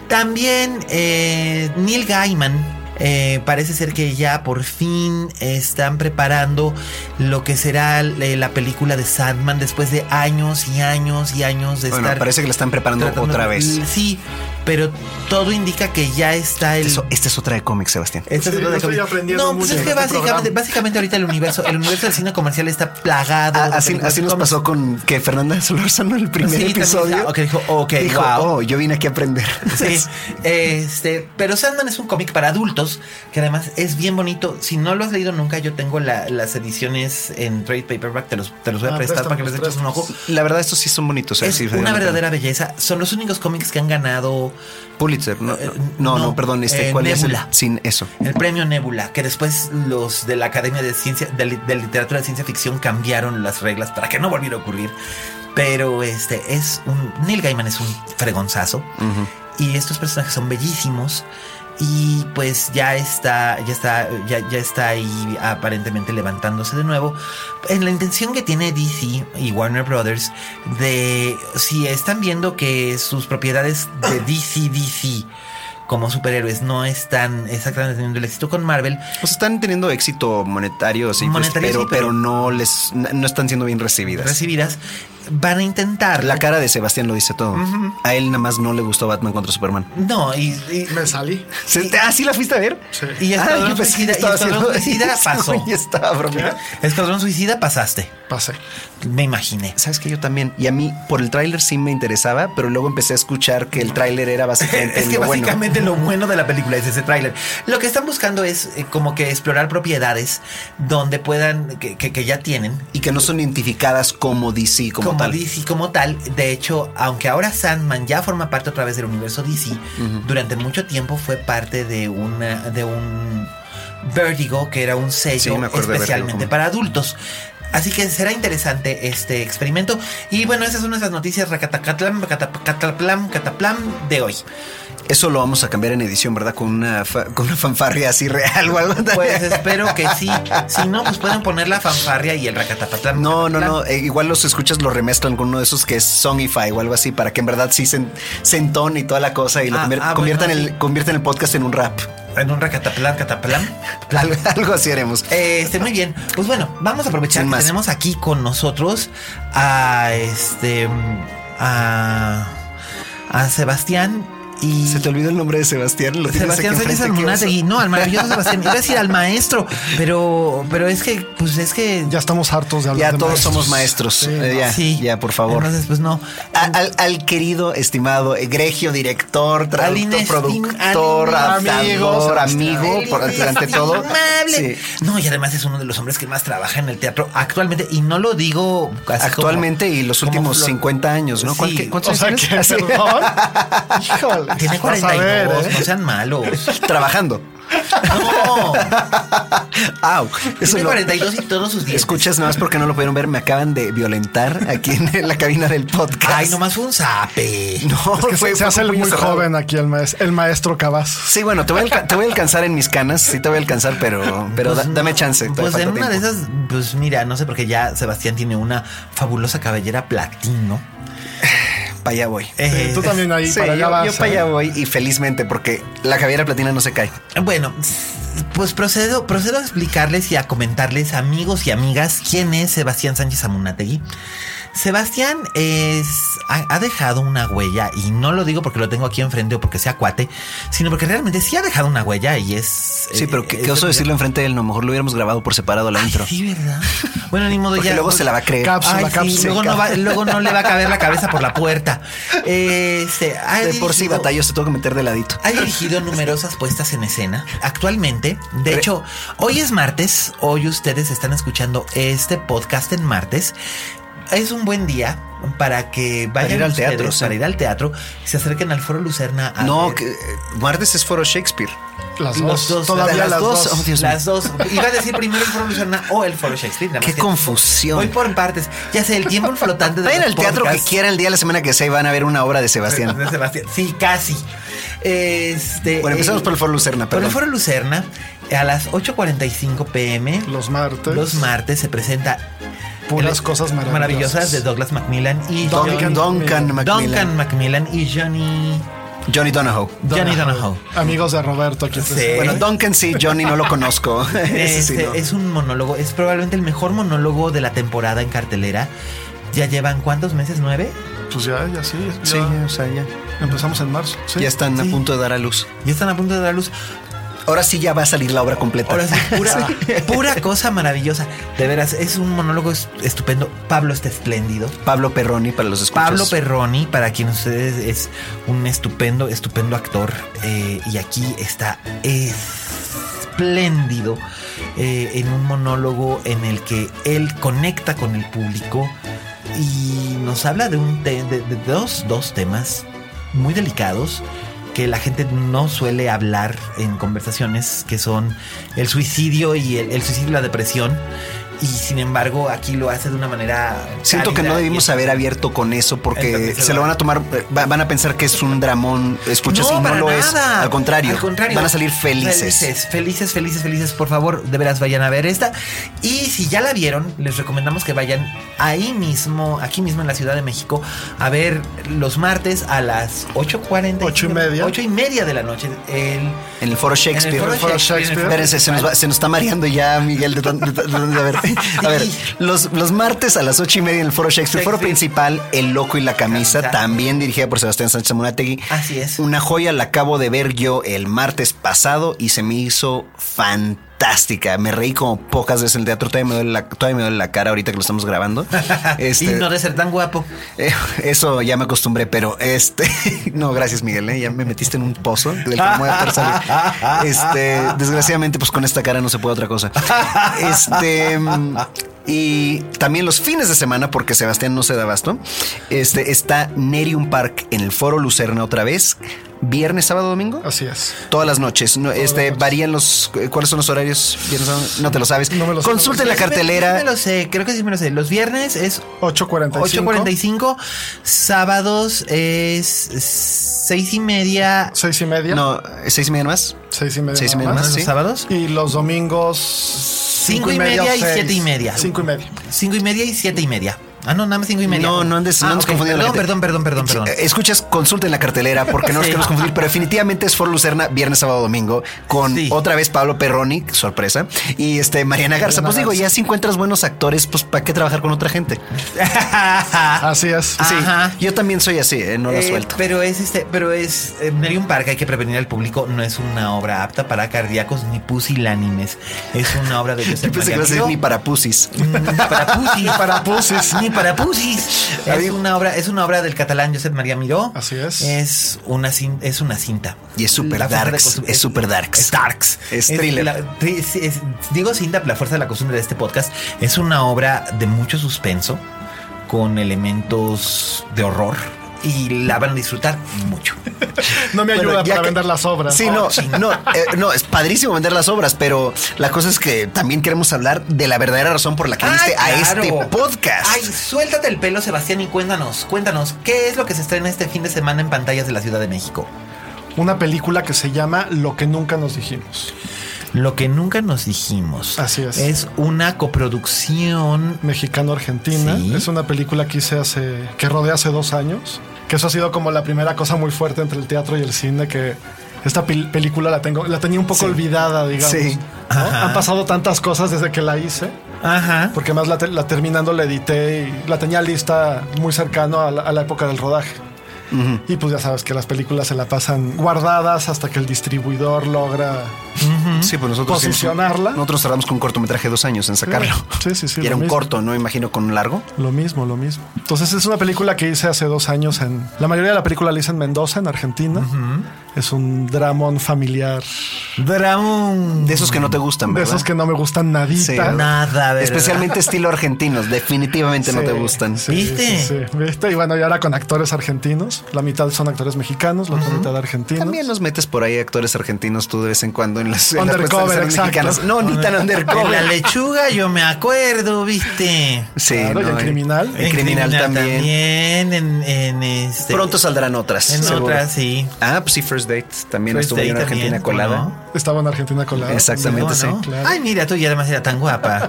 S3: También eh, Neil Gaiman. eh, parece ser que ya por fin están preparando lo que será eh, la película de Sandman después de años y años y años de
S4: Bueno,
S3: estar.
S4: parece que la están preparando
S3: tratando-
S4: otra vez.
S3: Sí, pero todo indica que ya está el.
S4: Eso- eh, esta es otra de cómics, Sebastián.
S3: Esta es
S5: Sí,
S3: otra
S5: yo
S3: cosa.
S5: estoy aprendiendo
S3: no, pues
S5: mucho
S3: es que
S5: en este
S3: básicamente,
S5: programa.
S3: básicamente ahorita el universo, el universo del cine comercial está plagado.
S4: Ah,
S3: de
S4: así,
S3: películas
S4: así nos
S3: cómics.
S4: pasó con que Fernanda (laughs) Solórzano en el primer
S3: Sí, también
S4: episodio.
S3: está- ok, dijo, ok,
S4: dijo,
S3: wow.
S4: "Oh, yo vine aquí a aprender. (laughs)
S3: Sí, este, pero Sandman es un cómic para adultos que además es bien bonito. Si no lo has leído nunca, yo tengo la- las ediciones en trade paperback, te los, te los voy a
S5: Ah,
S3: prestar para que les
S5: préstamelos,
S3: eches un ojo.
S4: La verdad, estos sí son bonitos. eh,
S3: Es
S4: sí,
S3: una
S4: realmente.
S3: verdadera belleza. Son los únicos cómics que han ganado
S4: Pulitzer. No,
S3: Eh,
S4: no, no,
S3: no,
S4: perdón. Este,
S3: eh,
S4: ¿Cuál es el-
S3: Nebula.
S4: Sin eso.
S3: el premio Nebula, que después los de la Academia de Ciencia, de, Li- de Literatura de Ciencia Ficción cambiaron las reglas para que no volviera a ocurrir. Pero este es un. Neil Gaiman es un fregonzazo. Y estos personajes son bellísimos. Y pues ya está, ya está, ya, ya está ahí aparentemente levantándose de nuevo. En la intención que tiene DC y Warner Brothers de si están viendo que sus propiedades de DC, DC como superhéroes no están exactamente teniendo el éxito con Marvel,
S4: Pues están teniendo éxito monetario, sí, pues,
S3: Monetario,
S4: pero,
S3: sí, pero-
S4: pero no les no están siendo bien recibidas.
S3: recibidas, van a intentar.
S4: La cara de Sebastián lo dice todo. A él nada más no le gustó Batman contra Superman.
S3: No, y, y-
S5: Me salí.
S4: Se- ah, sí la fuiste a ver. Ah,
S5: Sí.
S3: Y Escuadrón
S4: yo pensé que
S3: Suicida- y
S4: estaba
S3: Escuadrón
S4: haciendo- (laughs)
S3: Suicida pasó.
S4: Y estaba bromeando.
S3: Escuadrón Suicida pasaste.
S5: Pasé.
S3: Me imaginé.
S4: Sabes que yo también. Y a mí por el tráiler sí me interesaba, pero luego empecé a escuchar que el tráiler era básicamente
S3: (laughs) Es que
S4: lo bueno.
S3: básicamente lo bueno de la película es ese tráiler. Lo que están buscando es eh, como que explorar propiedades donde puedan, que, que- que ya tienen,
S4: y que no son identificadas como DC como,
S3: como,
S4: tal.
S3: DC como tal. De hecho, aunque ahora Sandman ya forma parte otra vez del universo DC, durante mucho tiempo fue parte de una de un Vertigo que era un
S4: Sí,
S3: sello
S4: me acuerdo de
S3: especialmente
S4: Vertigo.
S3: para adultos. Así que será interesante este experimento. Y bueno, esas son esas noticias racatacatlam, catap- cataplam, cataplam de hoy.
S4: Eso lo vamos a cambiar en edición, ¿verdad? Con una fa- con una fanfarria así real o algo. (laughs)
S3: Pues espero que sí. Si no, pues pueden poner la fanfarria y el racatapatlam.
S4: No, no, no. eh, igual los escuchas, lo remezclan con uno de esos que es Songify o algo así, para que en verdad sí se, se entone y toda la cosa y lo
S3: Ah,
S4: convier-
S3: ah,
S4: conviertan,
S3: bueno,
S4: el, conviertan el podcast en un rap. (laughs)
S3: En un racataplam, cataplam.
S4: Algo, algo así haremos.
S3: Este, muy bien. Pues bueno, vamos a aprovechar
S4: Sin
S3: que
S4: más.
S3: tenemos aquí con nosotros a este a, a Sebastián y
S4: Se te olvidó el nombre de Sebastián. Lo tienes
S3: Sebastián
S4: aquí
S3: Sánchez
S4: enfrente, qué oso.
S3: Almunate y no, al
S4: (laughs)
S3: maravilloso Sebastián, iba a decir al maestro, pero pero es que pues es que
S5: Ya estamos hartos de hablar
S4: Ya
S5: de
S4: todos somos maestros.
S5: Sí,
S4: Eh, ya,
S3: Sí.
S4: ya, por favor. Ah,
S3: Entonces, pues no.
S4: A- al, al querido, estimado, egregio, director, traductor,
S3: Alin-
S4: productor,
S3: Alin-
S4: adaptador,
S3: amigo,
S4: amigo, por
S3: Sebastián.
S4: ante todo.
S3: Amable.
S4: Sí.
S3: No, y además es uno de los hombres que más trabaja en el teatro actualmente. Y no lo digo así como-
S4: Actualmente y los
S3: como
S4: últimos
S3: flor-
S4: 50 años, ¿no?
S3: Sí.
S4: ¿Cuál- qué-
S5: O
S4: ¿Cuántos
S5: sea
S4: años
S5: que,
S4: tienes? Así.
S5: perdón. Híjole.
S3: Tiene
S5: Vas a
S3: 42,
S5: ver, ¿eh?
S3: no sean malos.
S4: (laughs) (laughs) Trabajando.
S3: No.
S4: Au, eso
S3: Tiene
S4: no.
S3: 42 y todos sus dientes.
S4: Escuchas nada más porque no lo pudieron ver, me acaban de violentar aquí en la cabina del podcast.
S3: Ay, nomás fue un zape.
S4: No,
S5: Es que se-
S4: fue-
S5: se hace
S4: fue
S5: el muy
S4: cerrado.
S5: joven aquí el, maes- el maestro Cabas.
S4: Sí, bueno, te voy, a alca- te voy a alcanzar en mis canas, sí te voy a alcanzar, pero, pero
S3: Pues
S4: da-
S3: no,
S4: dame chance. todavía
S3: Pues en
S4: falta
S3: una de
S4: tiempo.
S3: esas, pues mira, no sé, porque ya Sebastián tiene una fabulosa cabellera platino.
S4: Para allá voy.
S3: Eh,
S5: Tú también ahí,
S4: Sí,
S5: para allá
S4: yo,
S5: vas.
S4: yo para allá
S5: ¿eh?
S4: voy y felizmente porque la cabellera platina no se cae.
S3: Bueno, pues procedo, procedo a explicarles y a comentarles, amigos y amigas, quién es Sebastián Sánchez Amunategui. Sebastián es, ha, ha dejado una huella, y no lo digo porque lo tengo aquí enfrente o porque sea cuate, sino porque realmente sí ha dejado una huella y es.
S4: Sí, pero
S3: eh,
S4: qué,
S3: es
S4: qué oso
S3: de-
S4: decirlo enfrente de él, a lo mejor lo hubiéramos grabado por separado la
S3: Ay,
S4: intro.
S3: sí, ¿verdad? Bueno, ni modo
S4: Porque
S3: ya. pues,
S4: luego se la va a creer.
S5: Cap-
S3: Ay,
S5: cápsula,
S3: sí,
S5: cápsula.
S3: luego, no va- luego no le va a caber la cabeza por la
S4: (laughs)
S3: puerta. Este, ha
S4: de por sí
S3: dirigido-
S4: batallo se tengo que meter de ladito.
S3: Ha dirigido numerosas puestas en escena actualmente. De hecho, hoy es martes. Hoy ustedes están escuchando este podcast en martes. Es un buen día para que vayan
S4: ir al
S3: ustedes,
S4: teatro, sí.
S3: para ir al teatro, se acerquen al Foro Lucerna. a
S4: No,
S3: ver
S4: que, eh, martes es foro Shakespeare.
S5: Las
S3: los
S5: dos.
S3: dos,
S5: Todavía
S4: las
S5: las
S4: dos.
S5: dos.
S4: Oh, Dios mío.
S3: las dos. Iba a decir primero el Foro Lucerna o el Foro Shakespeare. nada más
S4: Qué
S3: que-
S4: confusión.
S3: Voy por partes. Ya sé, el tiempo flotante de
S4: Vayan
S3: los
S4: al teatro que
S3: podcasts.
S4: quiera el día de la semana que sea y van a ver una obra de Sebastián.
S3: De Sebastián. (laughs) Sí, casi. Este,
S4: Bueno, empezamos
S3: eh,
S4: por el Foro Lucerna,
S3: Por el
S4: perdón.
S3: Foro Lucerna, a las 8.45 pm,
S5: Los martes.
S3: los martes, se presenta
S5: Puras
S3: el-
S5: cosas maravillosas.
S3: maravillosas de Douglas Macmillan y
S5: Duncan-
S3: Johnny-
S4: Duncan Macmillan.
S3: Duncan Macmillan y Johnny
S4: Johnny Donahoe.
S3: Johnny Donahoe.
S5: Amigos de Roberto, aquí está.
S3: Sí.
S4: Bueno, Duncan sí, Johnny no lo conozco. (laughs) Ese sí,
S3: Este,
S4: no.
S3: Es un monólogo, es probablemente el mejor monólogo de la temporada en cartelera. Ya llevan cuántos meses, nueve.
S5: Pues ya, ya sí. ya
S4: Sí, o sea, ya,
S5: Empezamos en marzo. Sí.
S4: ya están
S3: Sí.
S4: a punto de dar a luz.
S3: Y están a punto de dar luz.
S4: Ahora sí ya va a salir la obra completa.
S3: Ahora sí,
S4: (laughs)
S3: pura, pura cosa maravillosa. De veras, es un monólogo es- estupendo. Pablo está espléndido.
S4: Pablo Perroni para los escuchas.
S3: Pablo Perroni, para quien ustedes es un estupendo, estupendo actor. eh, y aquí está espléndido eh, en un monólogo en el que él conecta con el público y nos habla de, un te- de- de dos, dos temas muy delicados que la gente no suele hablar en conversaciones, que son el suicidio y el, el suicidio y la depresión. Y sin embargo, aquí lo hace de una manera.
S4: Siento que
S3: cálida
S4: no
S3: y
S4: debimos haber abierto con eso porque
S3: Entonces
S4: se lo van a tomar, eh, va- van a pensar que es un dramón, escuchas y no
S3: para
S4: lo es.
S3: nada.
S4: Al contrario,
S3: Al
S4: van a salir
S3: Felices, felices, felices, felices. Por favor, de veras vayan a ver esta. Y si ya la vieron, les recomendamos que vayan ahí mismo, aquí mismo en la Ciudad de México, a ver los martes a las 8.40.
S5: Ocho y media.
S3: 8 y media de la noche. El,
S4: En el foro Shakespeare.
S3: En el foro Shakespeare.
S4: Espérense, se nos, va- se nos está mareando ya, Miguel. De tan- de tan- de tan- a ver, a ver, los, los martes a las ocho y media en el foro Shakespeare, foro
S3: Shakespeare.
S4: principal, El Loco y la Camisa,
S3: Camisa.
S4: también dirigida por Sebastián Sánchez Munategui.
S3: Así es.
S4: Una joya la acabo de ver yo el martes pasado y se me hizo fantástica. Me reí como pocas veces en el teatro. Todavía me duele la, todavía me duele la cara ahorita que lo estamos
S3: (laughs)
S4: grabando.
S3: Y
S4: Este,
S3: no de ser tan guapo.
S4: eh, Eso ya me acostumbré, pero este. (laughs) No, gracias, Miguel. eh, Ya me metiste en un pozo del que no voy a poder salir. Este, desgraciadamente, pues con esta cara no se puede otra cosa. Este. mm, Y también los fines de semana, porque Sebastián no se da abasto. Este está Nerium Park en el Foro Lucerna otra vez. Viernes, sábado, domingo.
S5: Así es.
S4: Todas las noches. No, este varían los. ¿Cuáles son los horarios? Viernes, sábado, No te lo sabes.
S5: No me lo sé.
S4: Consulten la
S3: Sí
S4: cartelera.
S3: me lo sé, creo que sí me lo sé. Los viernes es
S5: 8.45.
S3: 8.45, sábados es 6 y media.
S5: 6 y media.
S4: No, seis y media más.
S5: 6 y media.
S4: seis y
S5: nada
S4: media
S5: más.
S4: más,
S3: ¿Los
S4: sí.
S3: sábados?
S5: Y los domingos.
S3: Cinco
S5: 5
S3: y media y siete y media.
S5: 5 y media.
S3: 5 y media y 7 y media. Ah, no, nada más 5 y media.
S4: No, no andes,
S3: Ah,
S4: no andes
S3: ok,
S4: confundiendo a la
S3: Perdón, perdón,
S4: gente.
S3: perdón, perdón,
S4: Sí,
S3: perdón.
S4: eh, Escuchas, consulten la cartelera porque no nos
S3: Sí.
S4: queremos confundir, pero definitivamente es Foro Lucerna, viernes, sábado, domingo, con
S3: Sí.
S4: otra vez Pablo Perroni, sorpresa, y este Mariana Garza. pues digo, ya si encuentras buenos actores, pues ¿para qué trabajar con otra gente?
S5: Así es.
S4: Sí,
S3: Ajá.
S4: yo también soy así, eh, no la
S3: Eh,
S4: suelto.
S3: pero es este, pero es eh, Nerium Park, hay que prevenir al público, no es una obra apta para cardíacos ni pusilánimes. Es una obra de Joseph
S4: (laughs) Yo pensé que ibas a decir
S3: Magallito.
S4: ni para pusis.
S3: Mm, Ni para pusis, ni para pusis, ni para pusis. Es una obra, es una obra del catalán Josep María Miró.
S5: Así es.
S3: Es una cinta, es una cinta.
S4: Y es super
S3: La fuerza de
S4: darks,
S3: costumbre-
S4: es super darks.
S3: Es darks.
S4: Es thriller.
S3: la- tri- es- es- digo cinta, la fuerza de la costumbre de este podcast es una obra de mucho suspenso con elementos de horror y la van a disfrutar mucho.
S5: No me
S4: Bueno,
S5: ayuda
S4: ya
S5: para
S4: que-
S5: vender las obras.
S4: Sí, no, no, eh, no, es padrísimo vender las obras, pero la cosa es que también queremos hablar de la verdadera razón por la que viniste
S3: ¡Ah,
S4: a
S3: claro!
S4: este podcast.
S3: Ay, suéltate el pelo, Sebastián, y cuéntanos, cuéntanos, ¿qué es lo que se estrena este fin de semana en pantallas de la Ciudad de México?
S5: Una película que se llama Lo que nunca nos dijimos.
S3: Lo que nunca nos dijimos.
S5: Así es.
S3: Es una coproducción.
S5: Mexicano-Argentina.
S3: Sí.
S5: Es una película que hice hace. que rodé hace dos años. Que eso ha sido como la primera cosa muy fuerte entre el teatro y el cine que. Esta pel- película la tengo, la tenía un poco olvidada, digamos.
S4: Sí.
S5: ¿no?
S3: Ajá.
S5: Han pasado tantas cosas desde que la hice.
S3: Ajá.
S5: Porque más la, te- la terminando la edité y la tenía lista muy cercano a la, a la época del rodaje. Y pues ya sabes que las películas se la pasan guardadas hasta que el distribuidor logra.
S4: Sí, pues nosotros.
S5: Posicionarla.
S4: Nosotros tardamos con un cortometraje dos años en sacarlo.
S5: Sí, sí, sí,
S4: Y era
S5: lo
S4: un
S5: mismo.
S4: corto, no me imagino con un largo.
S5: Lo mismo, lo mismo. Entonces es una película que hice hace dos años en... La mayoría de la película la hice en Mendoza, en Argentina. Es un dramón familiar.
S3: Dramón.
S4: De esos que no te gustan,
S5: De
S4: ¿verdad?
S5: esos que no me gustan nadita.
S4: Sí, ¿verdad?
S3: Nada, ¿verdad?
S4: Especialmente estilo argentinos, definitivamente no
S5: Sí,
S4: te gustan.
S5: sí,
S3: ¿Viste?
S5: sí, sí. ¿Viste? Y bueno, y ahora con actores argentinos. La mitad son actores mexicanos, la otra mitad argentinos.
S4: También nos metes por ahí actores argentinos tú de vez en cuando en en las, en las
S5: Undercover,
S4: cuestiones
S5: exacto.
S4: mexicanas. No, ni tan
S3: En la
S4: undercover.
S3: lechuga yo me acuerdo, viste.
S4: Sí,
S5: Claro, Ah, y en
S4: eh,
S5: Criminal.
S4: En, criminal, también.
S3: también, en, en este,
S4: Pronto saldrán otras.
S3: En
S4: seguro.
S3: otras, sí.
S4: Ah, pues sí, First Date también
S3: First
S4: estuvo
S3: Date
S4: ahí en Argentina
S3: también,
S4: colada.
S3: ¿no?
S5: Estaba en Argentina colada.
S4: Exactamente,
S3: No,
S4: sí.
S3: ¿no?
S5: Claro.
S3: Ay, mira, tú ya además era tan guapa.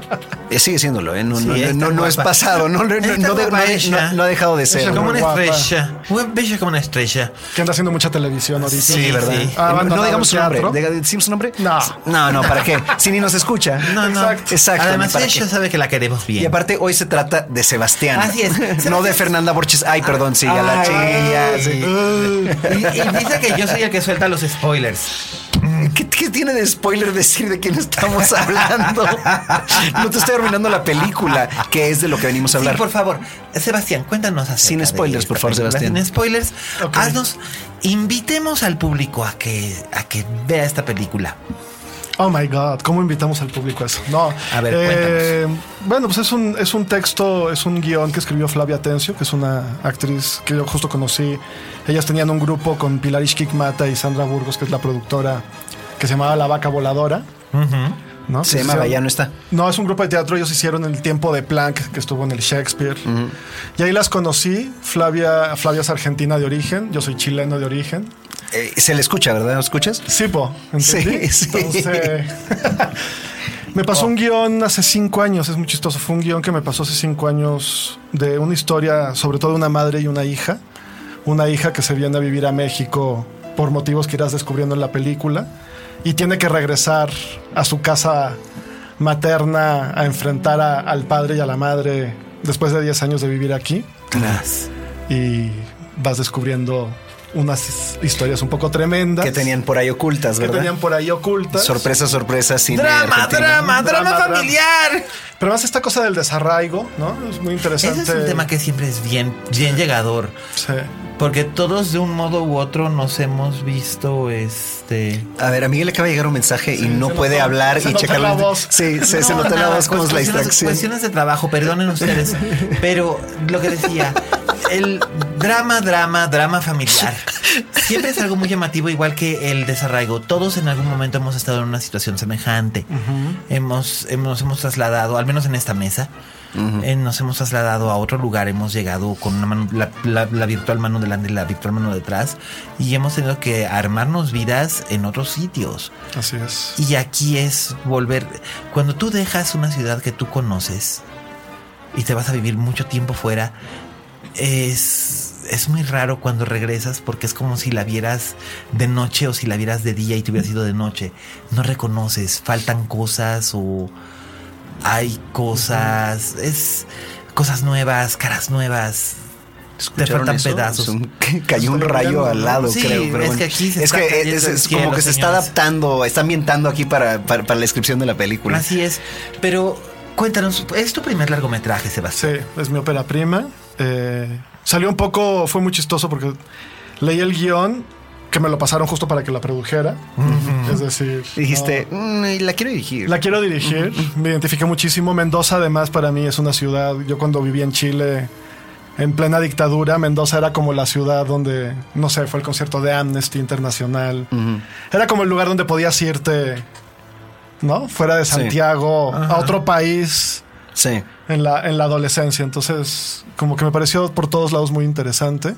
S4: Eh, sigue siéndolo, ¿eh? No,
S3: Sí,
S4: no,
S3: está
S4: no, no es
S3: guapa.
S4: pasado, no, no,
S3: Está
S4: no, no de-
S3: guapa
S4: no-
S3: ella.
S4: no- no ha dejado de ser.
S5: Ella
S3: Como una
S5: Guapa.
S3: estrella. Muy bella como una estrella.
S5: Que anda haciendo mucha televisión ahorita. Ah,
S3: Sí, Sí, ¿verdad? sí.
S5: Ha
S4: Eh, No-
S5: abandonado
S4: no digamos su
S5: el
S4: nombre.
S5: teatro.
S4: Diga- ¿Decimos su nombre?
S5: No.
S4: No, no, ¿para qué? Si ni nos escucha.
S3: No, no.
S4: Exacto. Exacto,
S3: Además,
S4: ¿para
S3: ella
S4: qué?
S3: sabe que la queremos bien.
S4: Y aparte, hoy se trata de Sebastián.
S3: Así es.
S4: (laughs) No de Fernanda Borges. Ay, perdón, sí, ya la chilla.
S3: Y, y dice que yo soy el que suelta los spoilers.
S4: ¿Qué, qué tiene de spoiler decir de quién
S3: (laughs)
S4: estamos hablando? No te estoy arruinando la película, que es de lo que venimos
S3: Sí,
S4: a hablar.
S3: por favor. Sebastián, cuéntanos acerca
S4: Sin
S3: de
S4: spoilers,
S3: esta
S4: por favor,
S3: película.
S4: Sebastián.
S3: Sin spoilers.
S5: Ok.
S3: Haznos, invitemos al público a que, a que vea esta película.
S5: Oh my God, ¿cómo invitamos al público a eso? No.
S3: A ver,
S5: Bueno, pues es un, es un texto, es un guión que escribió Flavia Tencio, que es una actriz que yo justo conocí. Ellas tenían un grupo con Pilar Mata y Sandra Burgos, que es la productora, que se llamaba La Vaca Voladora. ¿no?
S4: Se
S5: Que
S4: llamaba,
S5: hicieron-
S4: ya no está.
S5: No, es un grupo de teatro, ellos hicieron en el tiempo de Planck, que estuvo en el Shakespeare. Y ahí las conocí. Flavia, Flavia es argentina de origen, yo soy chileno de origen.
S4: Eh, se le escucha, ¿verdad? ¿Lo escuchas?
S5: Sí, po. ¿entendí?
S4: Sí, Oh. sí.
S5: Entonces, (laughs) me pasó un guión hace cinco años, es muy chistoso. Fue un guión que me pasó hace cinco años de una historia, sobre todo de una madre y una hija. Una hija que se viene a vivir a México por motivos que irás descubriendo en la película y tiene que regresar a su casa materna a enfrentar a- al padre y a la madre después de 10 años de vivir aquí y vas descubriendo unas historias un poco tremendas
S4: Que tenían por ahí ocultas,
S5: que
S4: ¿verdad?
S5: tenían por ahí ocultas.
S4: Sorpresa, sorpresa, sin
S3: Drama, drama, drama,
S5: Drama, drama.
S3: familiar.
S5: Pero más esta cosa del desarraigo, ¿no? Es muy interesante.
S3: Ese es un tema que siempre es bien, bien llegador.
S5: Sí.
S3: Porque todos de un modo u otro nos hemos visto este.
S4: A ver, a Miguel le acaba de llegar un mensaje y no
S5: se
S4: puede
S5: notó-
S4: hablar
S5: se
S4: y
S5: notó
S4: checar
S5: la voz.
S4: Sí, se, se
S3: No,
S4: nota la
S3: nada, pues
S4: voz como es la
S3: cuestiones-
S4: distracción.
S3: Cuestiones de trabajo, perdonen ustedes. pero lo que decía, el drama, drama, drama familiar. Siempre es algo muy llamativo, igual que el desarraigo. Todos en algún momento hemos estado en una situación semejante. Hemos, hemos, hemos trasladado, al menos en esta mesa, eh, nos hemos trasladado a otro lugar, hemos llegado con una mano, la, la- la virtual mano delante y la virtual mano detrás, y hemos tenido que armarnos vidas en otros sitios.
S5: Así es.
S3: Y aquí es volver. Cuando tú dejas una ciudad que tú conoces y te vas a vivir mucho tiempo fuera, es, es muy raro cuando regresas porque es como si la vieras de noche o si la vieras de día y te hubieras ido de noche. No reconoces, faltan cosas o hay cosas, es cosas nuevas, caras nuevas. Te
S4: ¿Escucharon
S3: faltan
S4: eso?
S3: pedazos.
S4: Es un- (laughs) cayó un rayo al lado,
S3: Sí,
S4: creo. pero
S3: es
S4: bueno.
S3: que aquí se
S4: es
S3: está
S4: que
S3: cayendo
S4: es,
S3: el
S4: es
S3: cielo,
S4: como que se está
S3: señores.
S4: adaptando, está ambientando aquí para, para, para la descripción de la película.
S3: Así es. Pero cuéntanos, es tu primer largometraje, Sebastián.
S5: Sí, es mi ópera prima. Eh, salió un poco, fue muy chistoso porque leí el guión que me lo pasaron justo para que la produjera. Es decir,
S4: Dijiste, "Mm, y la quiero dirigir.
S5: La quiero dirigir, me identifiqué muchísimo. Mendoza además para mí es una ciudad, yo cuando vivía en Chile, en plena dictadura, Mendoza era como la ciudad donde, no sé, fue el concierto de Amnesty Internacional. Era como el lugar donde podías irte, ¿no? Fuera de Santiago, a otro país
S4: Sí.
S5: en la, en la adolescencia. Entonces, como que me pareció por todos lados muy interesante.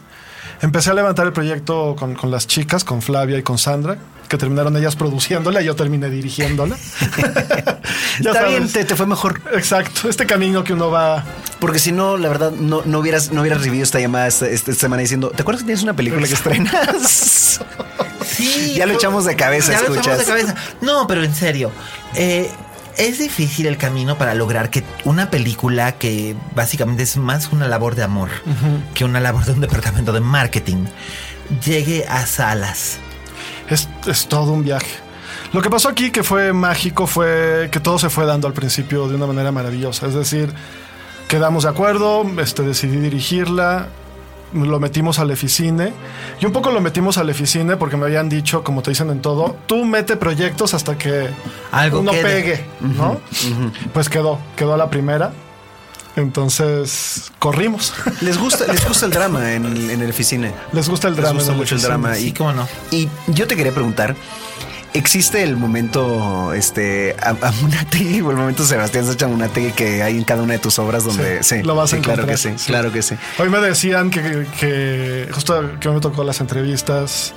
S5: Empecé a levantar el proyecto con, con las chicas, con Flavia y con Sandra, que terminaron ellas produciéndola y yo terminé dirigiéndola. (laughs) Ya
S4: está
S5: sabes.
S3: Pues-
S4: bien, te, te fue mejor.
S5: Exacto, este camino que uno va.
S4: Porque si no, la verdad, no, no hubieras, no hubieras vivido esta llamada esta, esta semana diciendo, ¿te acuerdas que tienes una película que estrenas? (laughs)
S3: Sí,
S4: Ya lo
S3: no,
S4: echamos de cabeza,
S3: ya lo echamos de
S4: escuchas.
S3: cabeza. No, pero en serio. eh, es difícil el camino para lograr que una película que básicamente es más una labor de amor que una labor de un departamento de marketing llegue a salas.
S5: Es, es todo un viaje. Lo que pasó aquí que fue mágico fue que todo se fue dando al principio de una manera maravillosa. Es decir, quedamos de acuerdo, este, decidí dirigirla, lo metimos al Eficine y un poco lo metimos al Eficine porque me habían dicho, como te dicen en todo, tú mete proyectos hasta que
S3: Algo
S5: uno
S3: quede.
S5: pegue, ¿no? Pues quedó, quedó a la primera. Entonces corrimos. (laughs)
S4: Les gusta, les gusta el drama en, en el oficina.
S5: Les gusta el
S4: Les
S5: drama.
S4: gusta
S5: en el
S4: mucho el
S5: Eficine.
S4: drama.
S3: Sí,
S4: y,
S3: cómo no.
S4: y yo te quería preguntar, existe el momento este Am- Amunategui o el momento Sebastián Sacha Amunategui que hay en cada una de tus obras donde sí,
S5: lo vas a
S4: sí, claro que
S5: encontrar,
S4: sí,
S5: sí.
S4: claro que sí.
S5: Hoy me decían que, que justo que me tocó las entrevistas,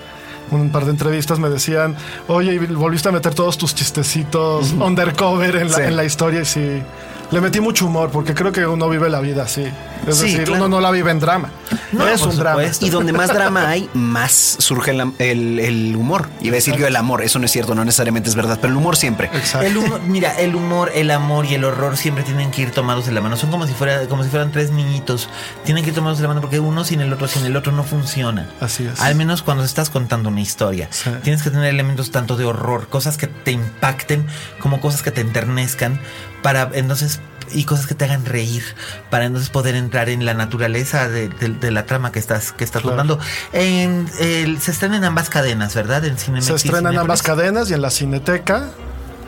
S5: un par de entrevistas, me decían, oye, y volviste a meter todos tus chistecitos undercover en la,
S4: Sí.
S5: en la historia y sí. Le metí mucho humor porque creo que uno vive la vida así. Es
S4: Sí,
S5: decir,
S4: claro.
S5: uno no la vive en drama.
S3: No,
S5: es
S3: por
S5: un drama.
S3: supuesto.
S4: Y donde más drama hay, más surge el, am- el- el humor. Iba a decir yo el amor, eso no es cierto, no necesariamente es verdad, pero el humor siempre.
S5: Exacto.
S3: El humor- mira, el humor, el amor y el horror siempre tienen que ir tomados de la mano. Son como si fuera, como si fueran tres niñitos. Tienen que ir tomados de la mano porque uno sin el otro, sin el otro no funciona.
S5: Así es.
S3: Al menos cuando estás contando una historia.
S5: Sí.
S3: Tienes que tener elementos tanto de horror, cosas que te impacten, como cosas que te enternezcan, para entonces y cosas que te hagan reír para entonces poder entrar en la naturaleza de, de- de la trama que estás que estás
S5: Claro.
S3: contando. En, el- se estrenan ambas cadenas, ¿verdad? En Cinemex.
S5: Se
S3: y
S5: estrenan ambas
S3: Cinépolis.
S5: cadenas y en la Cineteca.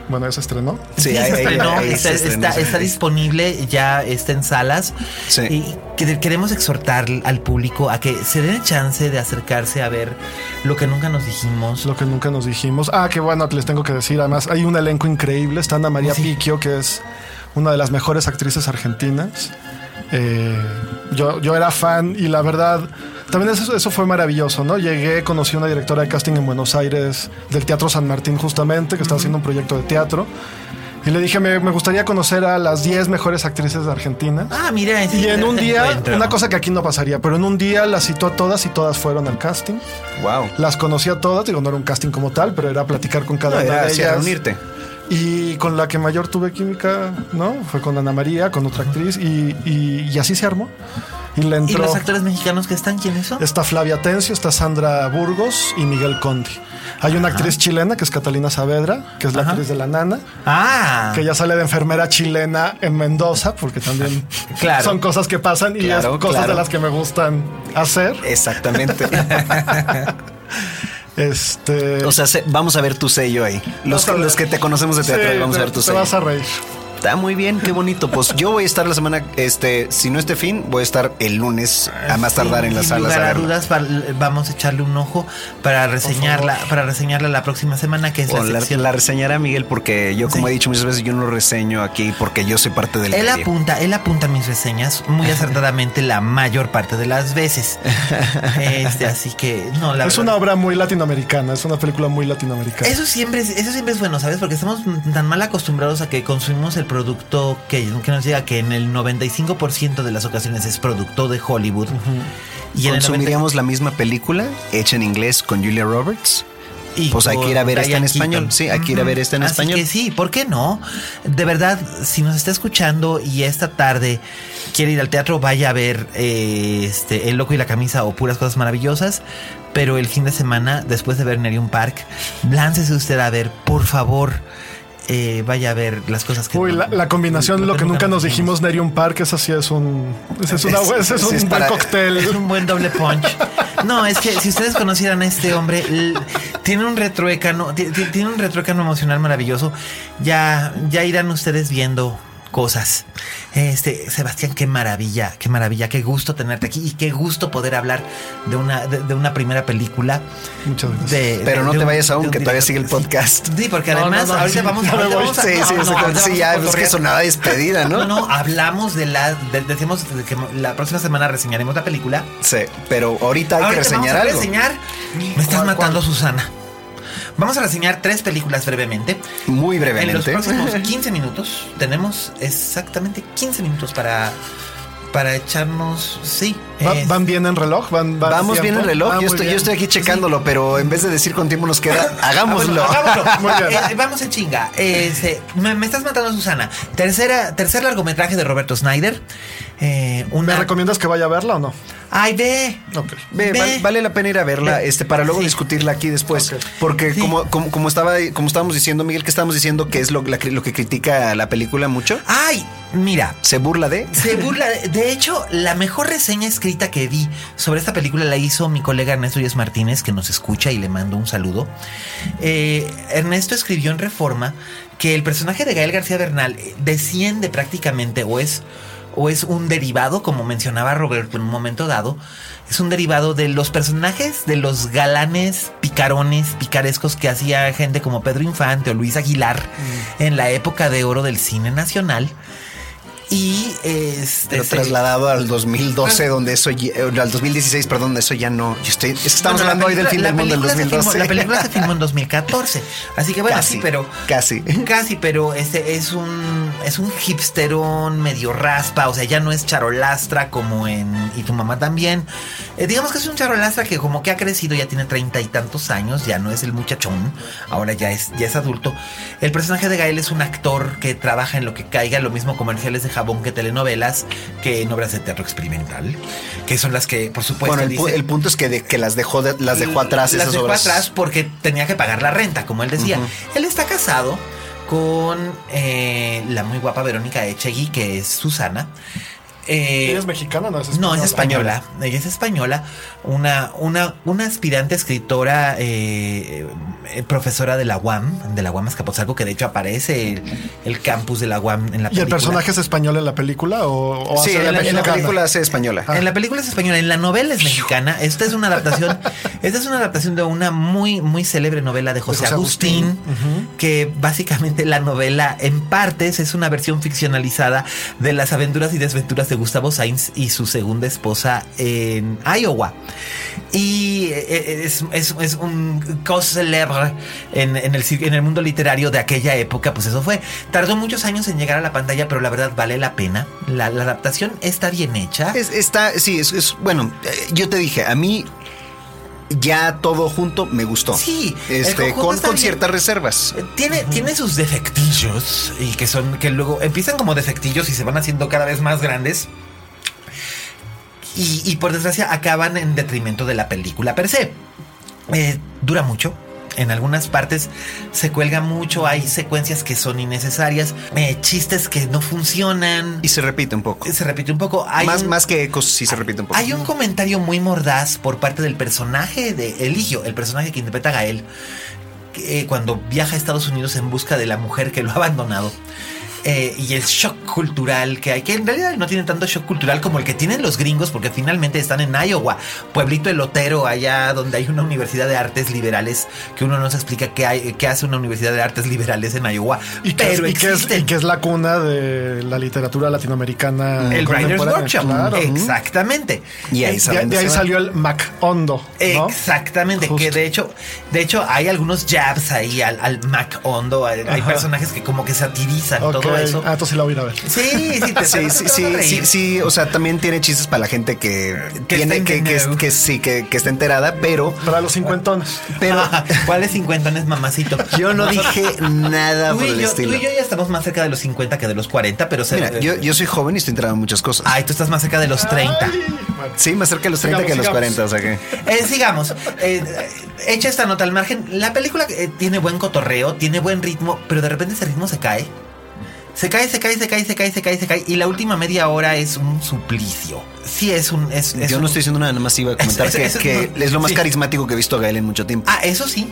S5: Bueno, ese estrenó.
S4: Sí,
S3: Ya
S4: ahí-
S3: se
S4: ahí-
S3: estrenó,
S4: ahí se
S3: está,
S4: estrenó,
S3: está-
S4: sí.
S3: está disponible, ya está en salas.
S4: Sí.
S3: Y que- queremos exhortar al público a que se den el chance de acercarse a ver lo que nunca nos dijimos.
S5: Lo que nunca nos dijimos. Ah, que bueno, les tengo que decir. Además, hay un elenco increíble. Está Ana María
S3: Sí.
S5: Picchio, que es una de las mejores actrices argentinas. Eh, yo, yo era fan y la verdad, también eso, eso fue maravilloso, ¿no? Llegué, conocí a una directora de casting en Buenos Aires del Teatro San Martín, justamente, que está haciendo un proyecto de teatro. Y le dije, me, me gustaría conocer a las 10 mejores actrices argentinas.
S3: Ah, mira.
S5: Y
S3: sí,
S5: en
S3: te-
S5: un
S3: te
S5: día,
S3: encuentro.
S5: una cosa que aquí no pasaría, pero en un día las citó a todas y todas fueron al casting.
S4: Wow.
S5: Las conocí a todas, digo, no era un casting como tal, pero era platicar con cada
S4: No,
S5: una
S4: era
S5: de
S4: así,
S5: ellas.
S4: reunirte.
S5: Y con la que mayor tuve química, ¿no? Fue con Ana María, con otra actriz, y, y- y así se armó. Y le
S3: ¿Y
S5: entró.
S3: los actores mexicanos que están? ¿Quiénes son?
S5: Está Flavia Tencio, está Sandra Burgos y Miguel Conde. Hay una actriz chilena que es Catalina Saavedra, que es la
S3: Ajá.
S5: actriz de La Nana,
S3: Ah,
S5: que ya sale de enfermera chilena en Mendoza,
S4: (laughs)
S5: porque también
S3: Claro.
S5: son cosas que pasan y
S4: Claro,
S5: es cosas
S4: claro. Eh,
S5: de las que me gustan hacer. (laughs)
S4: Exactamente.
S5: Este.
S4: o sea, se- vamos a ver tu sello ahí. Los,
S5: Vamos a
S4: los que
S5: ver.
S4: te conocemos de
S5: sí,
S4: teatro, vamos a
S5: te-
S4: ver tu
S5: Te
S4: sello.
S5: vas a reír.
S4: Está muy bien, qué bonito. Pues yo voy a estar la semana, este, si no este fin, voy a estar el lunes a más tardar en las
S3: Sin
S4: salas a
S3: lugar a
S4: verla.
S3: dudas, va- vamos a echarle un ojo para reseñarla, para reseñarla la próxima semana, que es
S4: O
S3: la,
S4: la,
S3: sección.
S4: la reseñará Miguel porque yo, como
S3: Sí.
S4: he dicho muchas veces, yo no reseño aquí porque yo soy parte del
S3: Él
S4: medio.
S3: apunta, él apunta mis reseñas
S5: (laughs)
S3: muy acertadamente la mayor parte de las veces. Este, así que no, la
S5: es
S3: verdad-
S5: una obra muy latinoamericana, es una película muy latinoamericana.
S3: Eso siempre, es, eso siempre es bueno, ¿sabes? Porque estamos tan mal acostumbrados a que consumimos el producto que, que nos llega, que en el 95% de las ocasiones es producto de Hollywood. Y en el 90
S4: Consumiríamos la misma película hecha en inglés con Julia Roberts.
S3: Y
S4: pues hay que ir a ver
S3: con
S4: esta en
S3: Diane
S4: español.
S3: Keaton.
S4: Sí, hay que ir a ver esta en
S3: Así
S4: español.
S3: que sí, ¿por qué no? De verdad, si nos está escuchando y esta tarde quiere ir al teatro, vaya a ver eh, este, El Loco y la Camisa o Puras Cosas Maravillosas. Pero el fin de semana, después de ver Nerium Park, láncese usted a ver, por favor. eh, vaya a ver las cosas que.
S5: Uy,
S3: no-
S5: la, la combinación, lo que nunca nos dijimos, Nerium Park, esa sí es un. Ese es, una-
S4: Es-
S5: ese es
S4: sí,
S5: un
S4: es
S5: buen
S4: para-
S3: Es
S5: cóctel.
S3: un buen doble punch. No, es que si ustedes conocieran a este hombre, l- tiene un retruécano, ti- ti- tiene un retruécano emocional maravilloso. Ya, ya irán ustedes viendo cosas. Este, Sebastián, qué maravilla, qué maravilla, qué gusto tenerte aquí y qué gusto poder hablar de una, de, de una primera película.
S5: Muchas gracias.
S3: de- de-
S4: Pero no
S3: de
S4: te
S3: un-
S4: vayas
S3: de
S4: aún,
S3: un
S4: que todavía sigue el
S3: director.
S4: podcast.
S3: Sí, porque
S5: No, no,
S3: además
S5: no,
S3: ahorita
S5: sí,
S3: vamos
S5: ya me
S3: ahorita
S5: voy.
S3: vamos a
S4: Sí, sí,
S3: no, no,
S4: sí,
S3: ahorita vamos
S4: sí,
S3: a
S4: ya es que
S3: cotorrear.
S4: sonaba despedida,
S3: No,
S4: ¿no?
S3: no, hablamos de la. de- decimos de que la próxima semana reseñaremos la película.
S4: Sí, pero ahorita hay
S3: Ahorita
S4: que
S3: vamos
S4: reseñar
S3: a
S4: algo.
S3: reseñar- Me estás
S5: ¿Cuál,
S3: matando, Susana. Vamos a reseñar tres películas brevemente.
S4: Muy
S3: En los
S4: brevemente.
S3: próximos (laughs) 15 minutos tenemos exactamente 15 minutos para, para echarnos. Sí.
S5: Va-
S3: es-
S5: ¿Van bien en reloj? ¿Van, van
S4: Vamos
S5: a
S4: bien el
S5: tiempo?
S4: reloj.
S5: Ah,
S4: yo,
S5: muy
S4: estoy, yo
S5: bien.
S4: estoy aquí checándolo, pero en vez de decir con tiempo nos
S3: (laughs)
S4: queda,
S3: Ah, bueno,
S4: hagámoslo.
S3: hagámoslo.
S5: (laughs) Muy bien.
S3: Eh, vamos en chinga. Este, me, me estás matando, Susana. Tercera, tercer largometraje de Roberto Snyder. Eh,
S5: ¿Me
S3: una.
S5: recomiendas que vaya a verla o no?
S3: Ay, ve.
S5: Ok.
S4: (laughs) Ve,
S3: Ve.
S4: val- vale la pena ir a verla,
S3: Ve.
S4: este, para luego
S3: Sí.
S4: discutirla aquí después.
S5: Ok.
S4: Porque
S3: Sí.
S4: como, como, como estaba, como estábamos diciendo, Miguel, que estábamos diciendo que es lo, la cri- lo que critica la película mucho.
S3: Ay, mira.
S4: Se burla de.
S3: (laughs) Se burla. de- De hecho, la mejor reseña escrita que vi sobre esta película la hizo mi colega Ernesto Díaz Martínez, que nos escucha y le mando un saludo. Eh, Ernesto escribió en Reforma que el personaje de Gael García Bernal eh, desciende prácticamente o es. o es un derivado, como mencionaba Robert en un momento dado, es un derivado de los personajes de los galanes picarones, picarescos que hacía gente como Pedro Infante o Luis Aguilar en la época de oro del cine nacional. Y este,
S4: Pero
S3: se-
S4: trasladado al
S3: Ah.
S4: 2012, donde eso, ya- eh, al 2016, perdón, donde eso ya no. yo estoy- es que estamos
S3: Bueno, la
S4: hablando hoy del fin
S3: película-
S4: del mundo del
S3: la película se
S4: 2012.
S3: filmó- la
S4: (laughs)
S3: película se filmó en 2014. Así que bueno, sí, pero. pues
S4: casi.
S3: Casi, pero este es un. Es un hipsterón medio raspa. O sea, ya no es charolastra como en. Y tu mamá también. Eh, digamos que es un charolastra que como que ha crecido, ya tiene treinta y tantos años, ya no es el muchachón. Ahora ya es, ya es adulto. El personaje de Gael es un actor que trabaja en lo que caiga, lo mismo comerciales de jabón que telenovelas, que en obras de teatro experimental. Que son las que, por supuesto,
S4: bueno, el, pu-
S3: dice-
S4: el punto es que, de- que las dejó de- las dejó atrás
S3: las
S4: esas
S3: dejó
S4: obras.
S3: atrás porque tenía que pagar la renta, como él decía. Él está casado con eh, la muy guapa Verónica Echegui, que es Susana. Eh,
S5: ¿Ella es mexicana? No, es
S3: no,
S5: española.
S3: es española. Ella es española. Una, una, una aspirante escritora, eh, eh, profesora de la UAM, de la UAM Escapotzalco, que de hecho aparece el, el campus de la UAM en la
S5: ¿Y el
S3: película.
S5: personaje es español en la película? O, o
S4: Sí,
S5: hace de Ah.
S4: en la, en la
S5: mexicana?
S4: película hace española.
S3: En la película es española, en la novela es mexicana. Esta es una adaptación, esta es una adaptación de una muy, muy célebre novela de José,
S5: José
S3: Agustín,
S5: Agustín.
S3: que básicamente la novela en partes es una versión ficcionalizada de las aventuras y desventuras de Gustavo Sainz y su segunda esposa en Iowa. Y eh, eh, es, es- es un cos célèbre en, en el, cir- en el mundo literario de aquella época, pues eso fue. Tardó muchos años en llegar a la pantalla, pero la verdad vale la pena. La, la adaptación está bien hecha.
S4: Es- está, sí, es, es- bueno, eh, yo te dije, a mí ya todo junto me gustó.
S3: Sí, el
S4: Este,
S3: conjunto
S4: con,
S3: está
S4: con
S3: bien. Eh,
S4: ciertas reservas.
S3: Tiene, tiene sus defectillos y que son que luego empiezan como defectillos y se van haciendo cada vez más grandes. Y, y por desgracia acaban en detrimento de la película per se. Eh, dura mucho. En algunas partes se cuelga mucho, hay secuencias que son innecesarias, eh, chistes que no funcionan.
S4: Y se repite un poco.
S3: Y se repite un poco. Hay
S4: más,
S3: un-
S4: más que ecos, sí se repite un poco.
S3: hay un comentario muy mordaz por parte del personaje de Eligio, el personaje que interpreta a Gael, que, eh, cuando viaja a Estados Unidos en busca de la mujer que lo ha abandonado. Eh, y el shock cultural que hay, que en realidad no tiene tanto shock cultural como el que tienen los gringos, porque finalmente están en Iowa, pueblito elotero, allá donde hay una universidad de artes liberales, que uno no se explica qué, hay, qué hace una universidad de artes liberales en Iowa.
S5: Y que,
S3: pero
S5: es, y que es-
S3: existen.
S5: y que es la cuna de la literatura latinoamericana.
S3: el Writers
S5: contemporánea,
S3: Workshop.
S5: claro.
S3: Exactamente.
S4: y ahí,
S5: Eh, De,
S4: saben
S5: de ahí
S4: se va.
S5: salió el Mac Hondo. ¿no?
S3: Exactamente,
S5: Justo.
S3: que de hecho, de hecho hay algunos jabs ahí al, al Mac Hondo, hay, hay personajes que como que satirizan
S5: Ok.
S3: todo eso.
S5: Ah, entonces sí la voy a ir a ver.
S3: Sí, sí, te- te- te
S4: (laughs) Sí, sí,
S3: vas a
S4: sí,
S3: reír.
S4: sí, sí, o sea, también tiene chistes para la gente que,
S3: Que
S4: tiene
S3: está
S4: que,
S3: en
S4: que,
S3: dinero.
S4: que sí, que, que está enterada, pero,
S5: Para los cincuentones.
S3: (laughs)
S4: pero
S3: Ah, ¿Cuál es cincuentones, mamacito?
S4: yo no dije nada
S3: Tú
S4: por el
S3: y, yo, tú
S4: estilo.
S3: y yo ya estamos más cerca de los 50 que de los 40, pero se-
S4: Mira, yo, yo soy joven y estoy enterado en muchas cosas.
S3: Ay, tú estás más cerca de los 30.
S4: Sí, más cerca de los 30 que de los
S5: Sigamos,
S4: 40, o sea que.
S3: Eh, sigamos. Eh, hecha esta nota al margen, la película eh, tiene buen cotorreo, tiene buen ritmo, pero de repente ese ritmo se cae. Se cae, se cae, se cae, se cae, se cae, se cae. Y la última media hora es un suplicio. Sí, es un. Es, es
S4: Yo
S3: un-
S4: no estoy diciendo nada, nada más iba a comentar
S3: es-
S4: que,
S3: es-
S4: que
S3: no,
S4: es lo más
S3: sí.
S4: carismático que he visto a Gael en mucho tiempo.
S3: Ah, eso sí.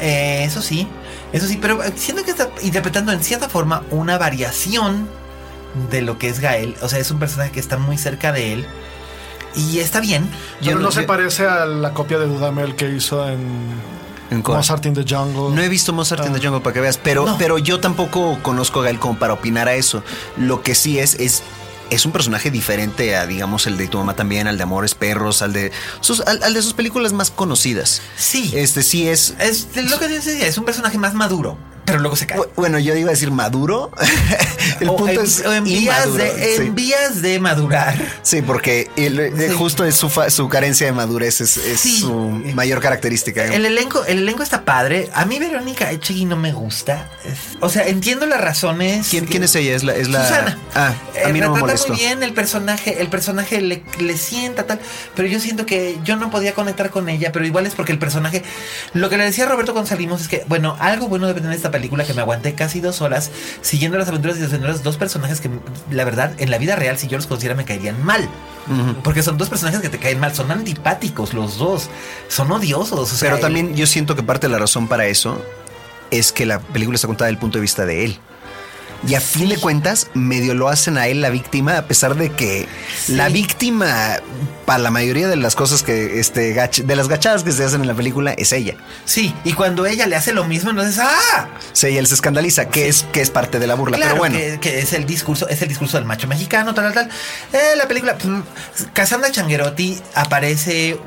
S3: Eh, eso sí. Eso sí. Pero eh, siento que está interpretando en cierta forma una variación de lo que es Gael. O sea, es un personaje que está muy cerca de él. Y está bien.
S5: Pero
S4: Yo
S5: no,
S4: no-
S5: se
S4: yo-
S5: parece a la copia de Dudamel que hizo en
S3: Ah,
S4: ¿En cuál?
S5: Mozart in the Jungle.
S4: No he visto Mozart in the Jungle para que veas, pero,
S3: No.
S4: pero yo tampoco conozco a Gael como para opinar a eso. Lo que sí es, es, es un personaje diferente a, digamos, el de tu mamá también, al de Amores Perros, al de sus, al, al de sus películas más conocidas.
S3: Sí.
S4: Este sí es.
S3: Es lo que decía, es un personaje más maduro. Pero luego se cae.
S4: bu- Bueno, yo iba a decir maduro. (laughs) El
S3: O
S4: punto
S3: en,
S4: es.
S3: o en vías
S4: inmaduro,
S3: de, en
S4: sí.
S3: vías de madurar.
S4: Sí, porque el- eh,
S3: Sí.
S4: justo es su, fa- su carencia de madurez es, es
S3: Sí.
S4: su mayor característica.
S3: El elenco, el elenco está padre. A mí Verónica Echegui no me gusta. Es- O sea, entiendo las razones.
S4: ¿Quién,
S3: que-
S4: quién es ella? Es la. Es la
S3: Susana.
S4: Ah, a
S3: Eh,
S4: mí no me
S3: retrata
S4: molestó.
S3: muy bien el personaje, el personaje le, le sienta tal, pero yo siento que yo no podía conectar con ella, pero igual es porque el personaje, lo que le decía a Roberto cuando salimos es que, bueno, algo bueno debe tener esta película que me aguanté casi dos horas siguiendo las aventuras y desventuras de dos personajes que, la verdad, en la vida real, si yo los conociera, me caerían mal. Porque son dos personajes que te caen mal, son antipáticos los dos, son odiosos. o sea,
S4: Pero
S3: el-
S4: también yo siento que parte de la razón para eso es que la película está contada desde el punto de vista de él. Y a fin de cuentas, medio lo hacen a él la víctima, a pesar de que la víctima, para la mayoría de las cosas que, este, gach- de las gachadas que se hacen en la película, es ella.
S3: Sí, y cuando ella le hace lo mismo, entonces, ¡ah!
S4: Sí, y él se escandaliza, que es, que es parte de la burla,
S3: Claro
S4: pero bueno.
S3: que, que es el discurso, es el discurso del macho mexicano, tal, tal, tal. Eh, la película, pues, Cassandra Changuerotti aparece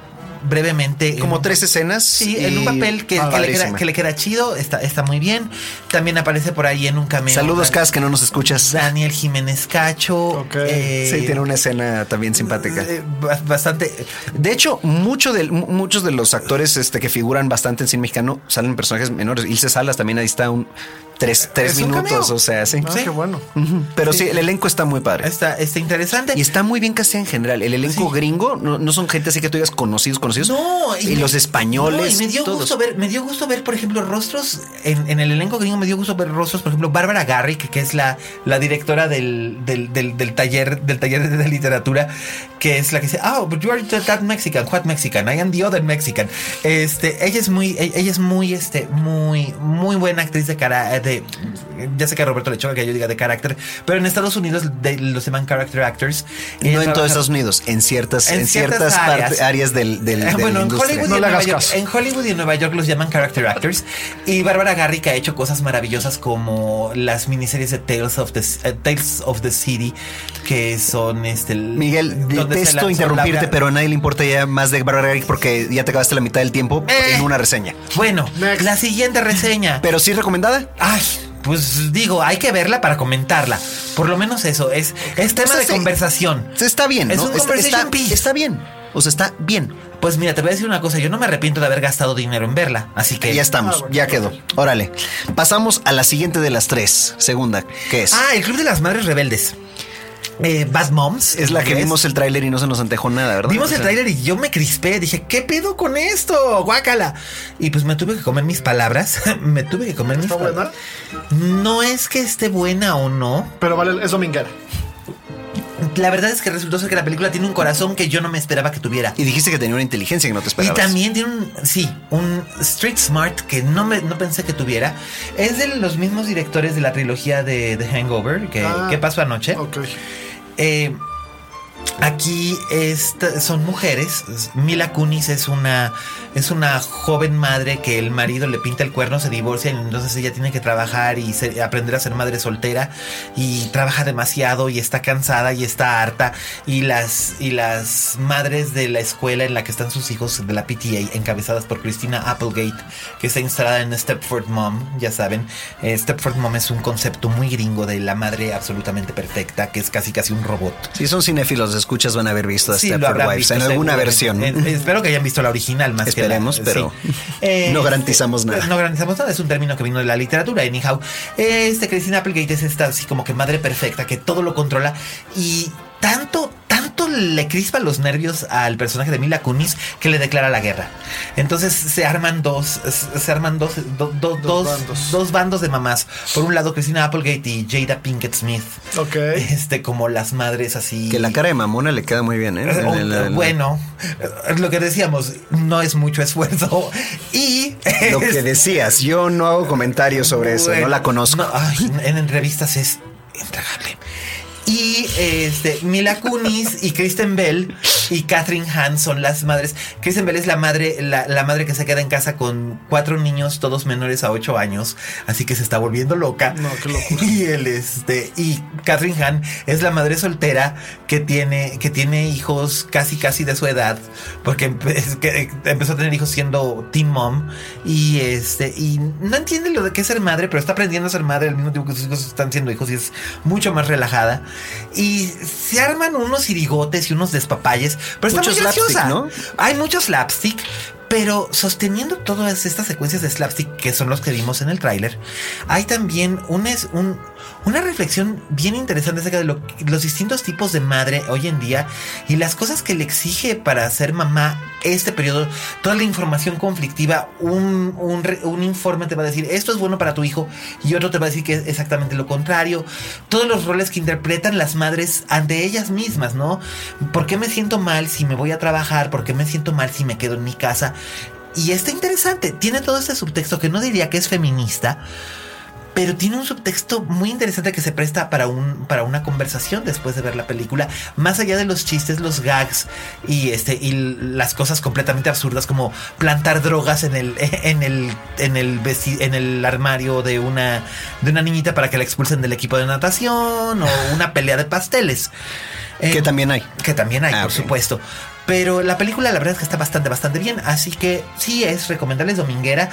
S3: brevemente. en-
S4: Como tres escenas.
S3: Sí, en un
S4: y-
S3: papel que,
S4: Ah,
S3: que le, queda,
S4: padrísima.
S3: que le queda chido, está, está muy bien. También aparece por ahí en un cameo.
S4: Saludos,
S3: Dan-
S4: Cas, que no nos escuchas.
S3: Daniel Jiménez Cacho.
S5: Ok.
S4: Sí, tiene una escena también simpática.
S3: eh, ba- Bastante.
S4: De hecho, mucho del- mu- muchos de los actores este, que figuran bastante en cine mexicano salen personajes menores. Ilse Salas también ahí está un tres, tres
S5: ¿Es un
S4: minutos,
S5: cameo?
S4: o sea, sí.
S5: Ah,
S3: Sí.
S5: qué bueno.
S4: Ujú. Pero sí. el elenco está muy padre.
S3: Está, está interesante.
S4: Y está muy bien casi en general. El elenco gringo no, no son gente así que tú digas conocidos, conocidos.
S3: No,
S4: y,
S3: me-
S4: los españoles.
S3: no, y me dio
S4: todos.
S3: gusto ver, me dio gusto ver, por ejemplo, rostros en, en el elenco gringo, me dio gusto ver rostros, por ejemplo, Bárbara Garrick, que es la, la directora del, del, del, del taller, del taller de literatura, que es la que dice, oh, but you are that Mexican, what Mexican, I am the other Mexican. Este, ella es muy, e- ella es muy, este, muy, muy buena actriz de cara, eh, de, ya sé que a Roberto le choca que yo diga de carácter, pero en Estados Unidos de- los llaman character actors.
S4: No en
S3: Ella
S4: todos
S3: trabaja-
S4: Estados Unidos, en ciertas,
S3: En
S4: en ciertas,
S3: ciertas
S4: parte-
S3: áreas.
S4: áreas. del, del,
S3: Eh,
S4: de la
S3: bueno, en
S4: industria.
S3: Hollywood, y
S5: No
S3: en Nueva
S5: le hagas
S3: York,
S5: caso.
S3: en Hollywood y en Nueva York los llaman character actors. Y Bárbara Garrick ha hecho cosas maravillosas como las miniseries de Tales of the, eh, Tales of the City, que son este. el-
S4: Miguel,
S3: donde se
S4: detesto
S3: lanzó
S4: interrumpirte,
S3: Laura-
S4: pero a nadie le importa ya más de Barbara Eric porque ya te acabaste la mitad del tiempo
S3: Eh.
S4: en una reseña.
S3: Bueno,
S5: Next.
S3: la siguiente reseña.
S4: Pero sí recomendada.
S3: Ay, pues digo, hay que verla para comentarla. Por lo menos eso, es, es tema
S4: Pues
S3: de
S4: ese-
S3: conversación.
S4: Está bien,
S3: Es
S4: ¿no?
S3: un
S4: está,
S3: conversation
S4: está-
S3: piece.
S4: está bien. O sea, está bien.
S3: Pues mira, te voy a decir una cosa, yo no me arrepiento de haber gastado dinero en verla. Así que.
S4: Ya estamos, ya quedó. Órale. Pasamos a la siguiente de las tres. Segunda, ¿qué es?
S3: Ah, el Club de las Madres Rebeldes. Eh, Bad Moms.
S4: es la que
S3: ¿ves?
S4: vimos el tráiler y no se nos antejó nada, ¿verdad?
S3: Vimos el
S4: O sea,
S3: tráiler y yo me crispé, dije, ¿qué pedo con esto? Guácala. Y pues me tuve que comer mis palabras, (laughs) me tuve que comer mis
S5: ¿Está buena?
S3: palabras. No es que esté buena o no.
S5: Pero vale, es dominguera.
S3: La verdad es que resultó ser que la película tiene un corazón que yo no me esperaba que tuviera.
S4: Y dijiste que tenía una inteligencia que no te
S3: Y
S4: esperabas.
S3: también tiene un, sí, un Street Smart que no, me, no pensé que tuviera. Es de los mismos directores de la trilogía de The Hangover, que,
S5: Ah.
S3: que pasó anoche.
S5: Ok.
S3: Eh, aquí esta- son mujeres. Mila Kunis es una, es una joven madre que el marido le pinta el cuerno, se divorcia, y entonces ella tiene que trabajar y se- aprender a ser madre soltera. Y trabaja demasiado y está cansada y está harta. Y las, y las madres de la escuela en la que están sus hijos de la PTA, encabezadas por Christina Applegate, que está instalada en Stepford Mom, ya saben. Eh, Stepford Mom es un concepto muy gringo de la madre absolutamente perfecta, que es casi casi un robot.
S4: Si son cinéfilos, escuchas, van a haber visto a
S3: Sí, lo
S4: Stepford
S3: habrán
S4: Wives
S3: visto
S4: en alguna
S3: seguramente.
S4: versión.
S3: Eh, espero que hayan visto la original más
S4: Esperemos,
S3: que la,
S4: pero
S3: sí.
S4: no garantizamos
S3: este,
S4: nada.
S3: No garantizamos nada, es un término que vino de la literatura, anyhow. Este Christina Applegate es esta así como que madre perfecta, que todo lo controla y tanto, tanto le crispa los nervios al personaje de Mila Kunis que le declara la guerra. Entonces se arman dos, se se arman dos, do- do- dos,
S5: bandos.
S3: dos bandos de mamás. Por un lado, Christina Applegate y Jada Pinkett Smith.
S5: Ok.
S3: Este, como las madres así.
S4: (laughs) Que la cara de mamona le queda muy bien, ¿eh? En
S3: O-
S4: el- en el-
S3: bueno, eh, lo que decíamos, no es mucho esfuerzo. (laughs) Y (laughs)
S4: Lo que decías, yo no hago comentarios sobre eso, no
S3: Bueno,
S4: la conozco.
S3: no, ay, en entrevistas es intragable. Y este, Mila Kunis y Kristen Bell y Catherine Hahn son las madres. Kristen Bell es la madre, la, la madre que se queda en casa con cuatro niños, todos menores a ocho años. Así que se está volviendo loca.
S5: No, qué
S3: (laughs)
S5: locura.
S3: Y el este, y Catherine Hahn es la madre soltera que tiene, que tiene hijos casi casi de su edad. Porque empe- es que empezó a tener hijos siendo teen mom. Y este, y no entiende lo de qué es ser madre, pero está aprendiendo a ser madre al mismo tiempo que sus hijos están siendo hijos y es mucho más relajada. Y se arman unos irigotes y unos despapalles, pero está
S4: Mucho
S3: muy graciosa.
S4: slapstick,
S3: Hay muchos slapstick, pero sosteniendo todas estas secuencias de slapstick que son los que vimos en el tráiler, hay también un, es, un- una reflexión bien interesante acerca de lo- los distintos tipos de madre hoy en día y las cosas que le exige para ser mamá este periodo, toda la información conflictiva, un, un re- un informe te va a decir esto es bueno para tu hijo y otro te va a decir que es exactamente lo contrario, todos los roles que interpretan las madres ante ellas mismas, ¿no? ¿Por qué me siento mal si me voy a trabajar? ¿Por qué me siento mal si me quedo en mi casa? Y está interesante, tiene todo este subtexto que no diría que es feminista, pero tiene un subtexto muy interesante que se presta para, un, para una conversación después de ver la película, más allá de los chistes, los gags y, este, y las cosas completamente absurdas como plantar drogas en el, (laughs) en el, en el, vesti- en el armario de una, de una niñita para que la expulsen del equipo de natación
S4: (laughs)
S3: o una pelea de pasteles.
S4: Que
S3: Eh,
S4: también hay.
S3: que también hay,
S4: Ah,
S3: por
S4: ok.
S3: supuesto. Pero la película, la verdad es que está bastante, bastante bien. Así que sí es recomendable, es dominguera.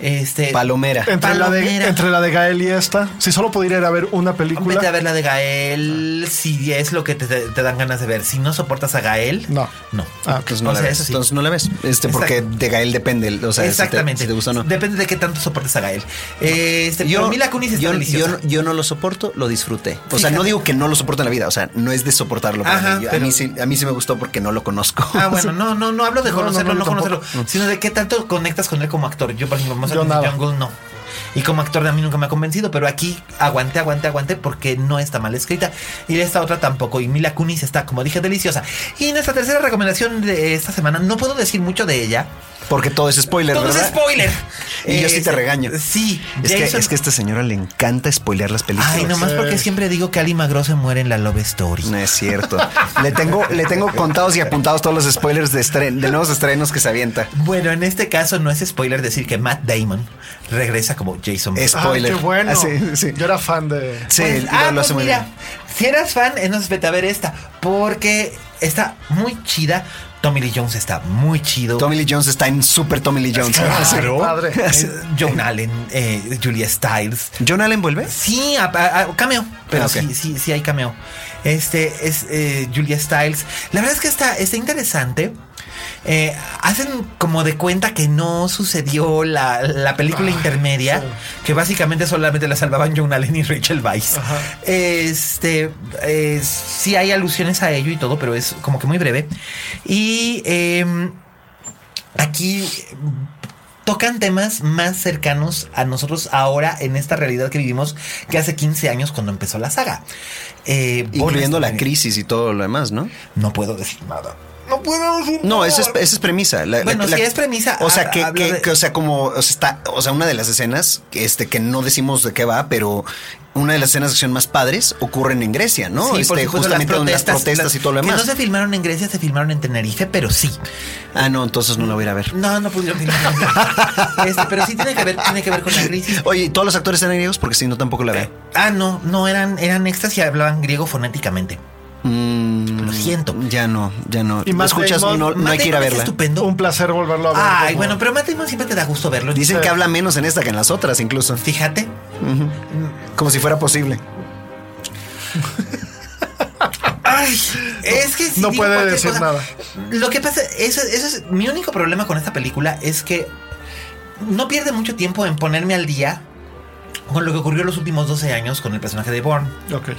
S3: Este.
S4: Palomera.
S5: Entre la, de,
S3: Palomera.
S5: entre la de Gael y esta, si solo pudiera ir a ver una
S3: Vete a
S5: película,
S3: ver la de Gael si es lo que te, te dan ganas de ver. Si no soportas a Gael,
S5: No.
S3: No.
S5: Ah,
S4: Entonces no
S3: O
S4: la
S3: sea,
S4: ves.
S3: eso sí.
S4: Entonces no la ves. Este, porque
S3: Exacto.
S4: de Gael depende. O sea, si te-
S3: Exactamente.
S4: Si te, gusta o no.
S3: Depende de qué tanto soportes a Gael. Este, yo, Mila Kunis está
S4: yo,
S3: deliciosa.
S4: yo- yo no lo soporto, lo disfruté. O sea,
S3: Fíjate.
S4: no digo que no lo soporte en la vida, o sea, no es de soportarlo. para
S3: Ajá,
S4: mí. Yo- a,
S3: pero-
S4: mí sí, a mí sí me gustó porque no lo conozco.
S3: Ah, bueno, no, no, no hablo de
S5: No, no,
S3: conocerlo,
S5: no,
S3: no,
S5: yo
S3: conocerlo,
S5: tampoco.
S3: sino de qué tanto conectas con él como actor. Yo, por ejemplo, más
S5: Yo
S3: allá
S5: nada.
S3: de Jungle, no. Y como actor a mí nunca me ha convencido, pero aquí aguante, aguante, aguante, porque no está mal escrita. Y esta otra tampoco. Y Mila Kunis está, como dije, deliciosa. Y nuestra tercera recomendación de esta semana, no puedo decir mucho de ella.
S4: (laughs) Porque todo es spoiler,
S3: Todo es
S4: ¿verdad?
S3: spoiler.
S4: Y yo sí te
S3: Eh,
S4: regaño.
S3: Sí,
S4: Es que,
S3: Jason-
S4: es que a esta señora le encanta spoilear las películas.
S3: Ay, nomás porque siempre digo que Ali Magro se muere en la Love Story.
S4: No es cierto. le, tengo, le tengo contados y apuntados todos los spoilers de, estren- de nuevos estrenos que se avienta.
S3: Bueno, en este caso no es spoiler decir que Matt Damon regresa como Jason Bourne.
S5: ah,
S4: Spoiler.
S5: qué bueno.
S4: Ah, sí, sí.
S5: Yo era fan de.
S4: Sí,
S3: Pues,
S4: lo,
S3: ah,
S4: lo
S3: pues
S4: hace muy
S3: mira,
S4: bien.
S3: si eras fan, entonces vete a ver esta, porque está muy chida. Tommy Lee Jones está muy chido.
S4: Tommy Lee Jones está en super Tommy Lee Jones. (laughs)
S3: Claro.
S5: Padre.
S3: Eh, Joan Allen, eh, Julia Stiles.
S4: ¿John Allen vuelve?
S3: Sí, a- a- a- cameo, pero
S4: Ah, ok.
S3: sí, sí, sí hay cameo. Este es eh, Julia Stiles. La verdad es que está, está interesante. Eh, hacen como de cuenta que no sucedió la, la
S4: Ah,
S3: película intermedia, que básicamente solamente la salvaban John Allen y Rachel Weisz. Este, eh, sí hay alusiones a ello y todo, pero es como que muy breve. Y em, aquí tocan temas más cercanos a nosotros ahora en esta realidad que vivimos que hace 15 años cuando empezó la saga. Eh,
S4: Incluyendo la
S3: Boris-
S4: crisis y todo lo demás, ¿no?
S3: No puedo decir nada. No puedo decir
S4: No,
S3: nada.
S4: esa es, esa es premisa. La- la-
S3: Bueno,
S4: la-
S3: si es premisa,
S4: O sea,
S3: ha-
S4: que,
S3: habla
S4: que-
S3: de-
S4: que, o sea, como, o sea, está, o sea, una de las escenas, este, que no decimos de qué va, pero una de las escenas de acción más padres ocurren en Grecia, ¿no?
S3: Sí,
S4: este,
S3: por supuesto,
S4: justamente donde las protestas
S3: las-
S4: y todo lo
S3: Que
S4: demás.
S3: no se filmaron en Grecia, se filmaron en Tenerife, pero sí.
S4: Ah, no, entonces no la voy a ir a ver.
S3: No, no pudieron filmar. en Grecia. (laughs) Este, pero sí tiene que ver, tiene que ver con la crisis.
S4: Oye, ¿y todos los actores eran griegos? Porque si no, tampoco la veo.
S3: Ah, no, no eran, eran extras y hablaban griego fonéticamente. Lo siento.
S4: Mm, Ya no, ya no.
S5: Y
S4: ¿Me
S5: Matt
S4: escuchas?
S5: Damon-
S4: no, no hay
S3: Matt
S4: que ir a
S3: Damon es
S4: verla.
S3: Estupendo.
S5: Un placer volverlo a ver.
S3: Ay,
S5: Como-
S3: bueno, pero Matt Damon siempre te da gusto verlo.
S4: Dicen que habla menos en esta que en las otras, incluso.
S3: Fíjate.
S4: Como si fuera posible.
S3: Ay, es que si
S5: No
S3: digo
S5: puede
S3: cualquier
S5: decir nada.
S3: Lo que pasa, eso, eso es mi único problema con esta película es que no pierde mucho tiempo en ponerme al día con lo que ocurrió los últimos 12 años con el personaje de Bourne.
S5: Ok.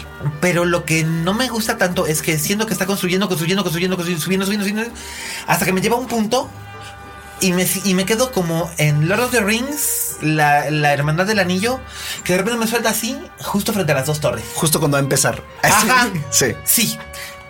S3: Pero lo que no me gusta tanto es que siento que está construyendo, construyendo, construyendo, construyendo, subiendo, subiendo, subiendo, hasta que me lleva a un punto y me, y me quedo como en Lord of the Rings, la, la hermandad del anillo, que de repente me suelta así, justo frente a las dos torres.
S4: Justo cuando va a empezar.
S3: Ajá.
S4: (laughs) Sí.
S3: Sí,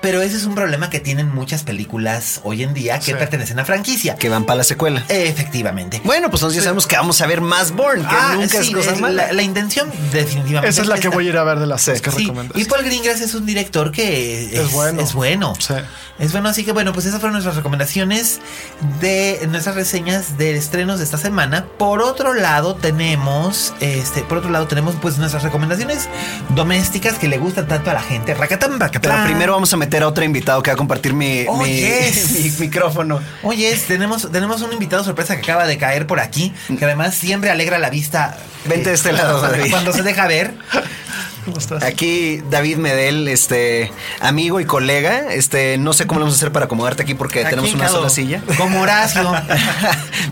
S3: pero ese es un problema que tienen muchas películas hoy en día que
S5: Sí.
S3: pertenecen a franquicia.
S4: Que van para la secuela.
S3: Efectivamente.
S4: Bueno, pues entonces ya sabemos que vamos a ver más Born, que
S3: Ah,
S4: nunca es
S3: sí,
S4: cosa
S3: es
S4: mala.
S3: La, la intención, definitivamente.
S5: Esa es la que
S3: está.
S5: voy a ir a ver de las seis que
S3: Sí,
S5: recomiendas.
S3: y Paul Greengrass es un director que es,
S5: Es bueno.
S3: Es bueno.
S5: Sí.
S3: Es bueno, así que bueno, pues esas fueron nuestras recomendaciones de nuestras reseñas de estrenos de esta semana. Por otro lado, tenemos este, por otro lado tenemos pues nuestras recomendaciones domésticas que le gustan tanto a la gente. Racatán,
S4: Pero
S3: racatán.
S4: primero vamos a meter a otro invitado que va a compartir mi,
S3: Oh,
S4: mi-
S3: yes.
S4: (laughs) mi micrófono.
S3: Oye, es- tenemos, tenemos un invitado sorpresa que acaba de caer por aquí, que además siempre alegra la vista.
S4: Vente de este lado, David.
S3: Cuando se deja ver.
S5: ¿Cómo estás?
S4: Aquí David Medel, este amigo y colega, este no sé cómo lo vamos a hacer para acomodarte aquí porque
S3: Aquí,
S4: tenemos una
S3: claro,
S4: sola silla. (laughs)
S3: Como Horacio.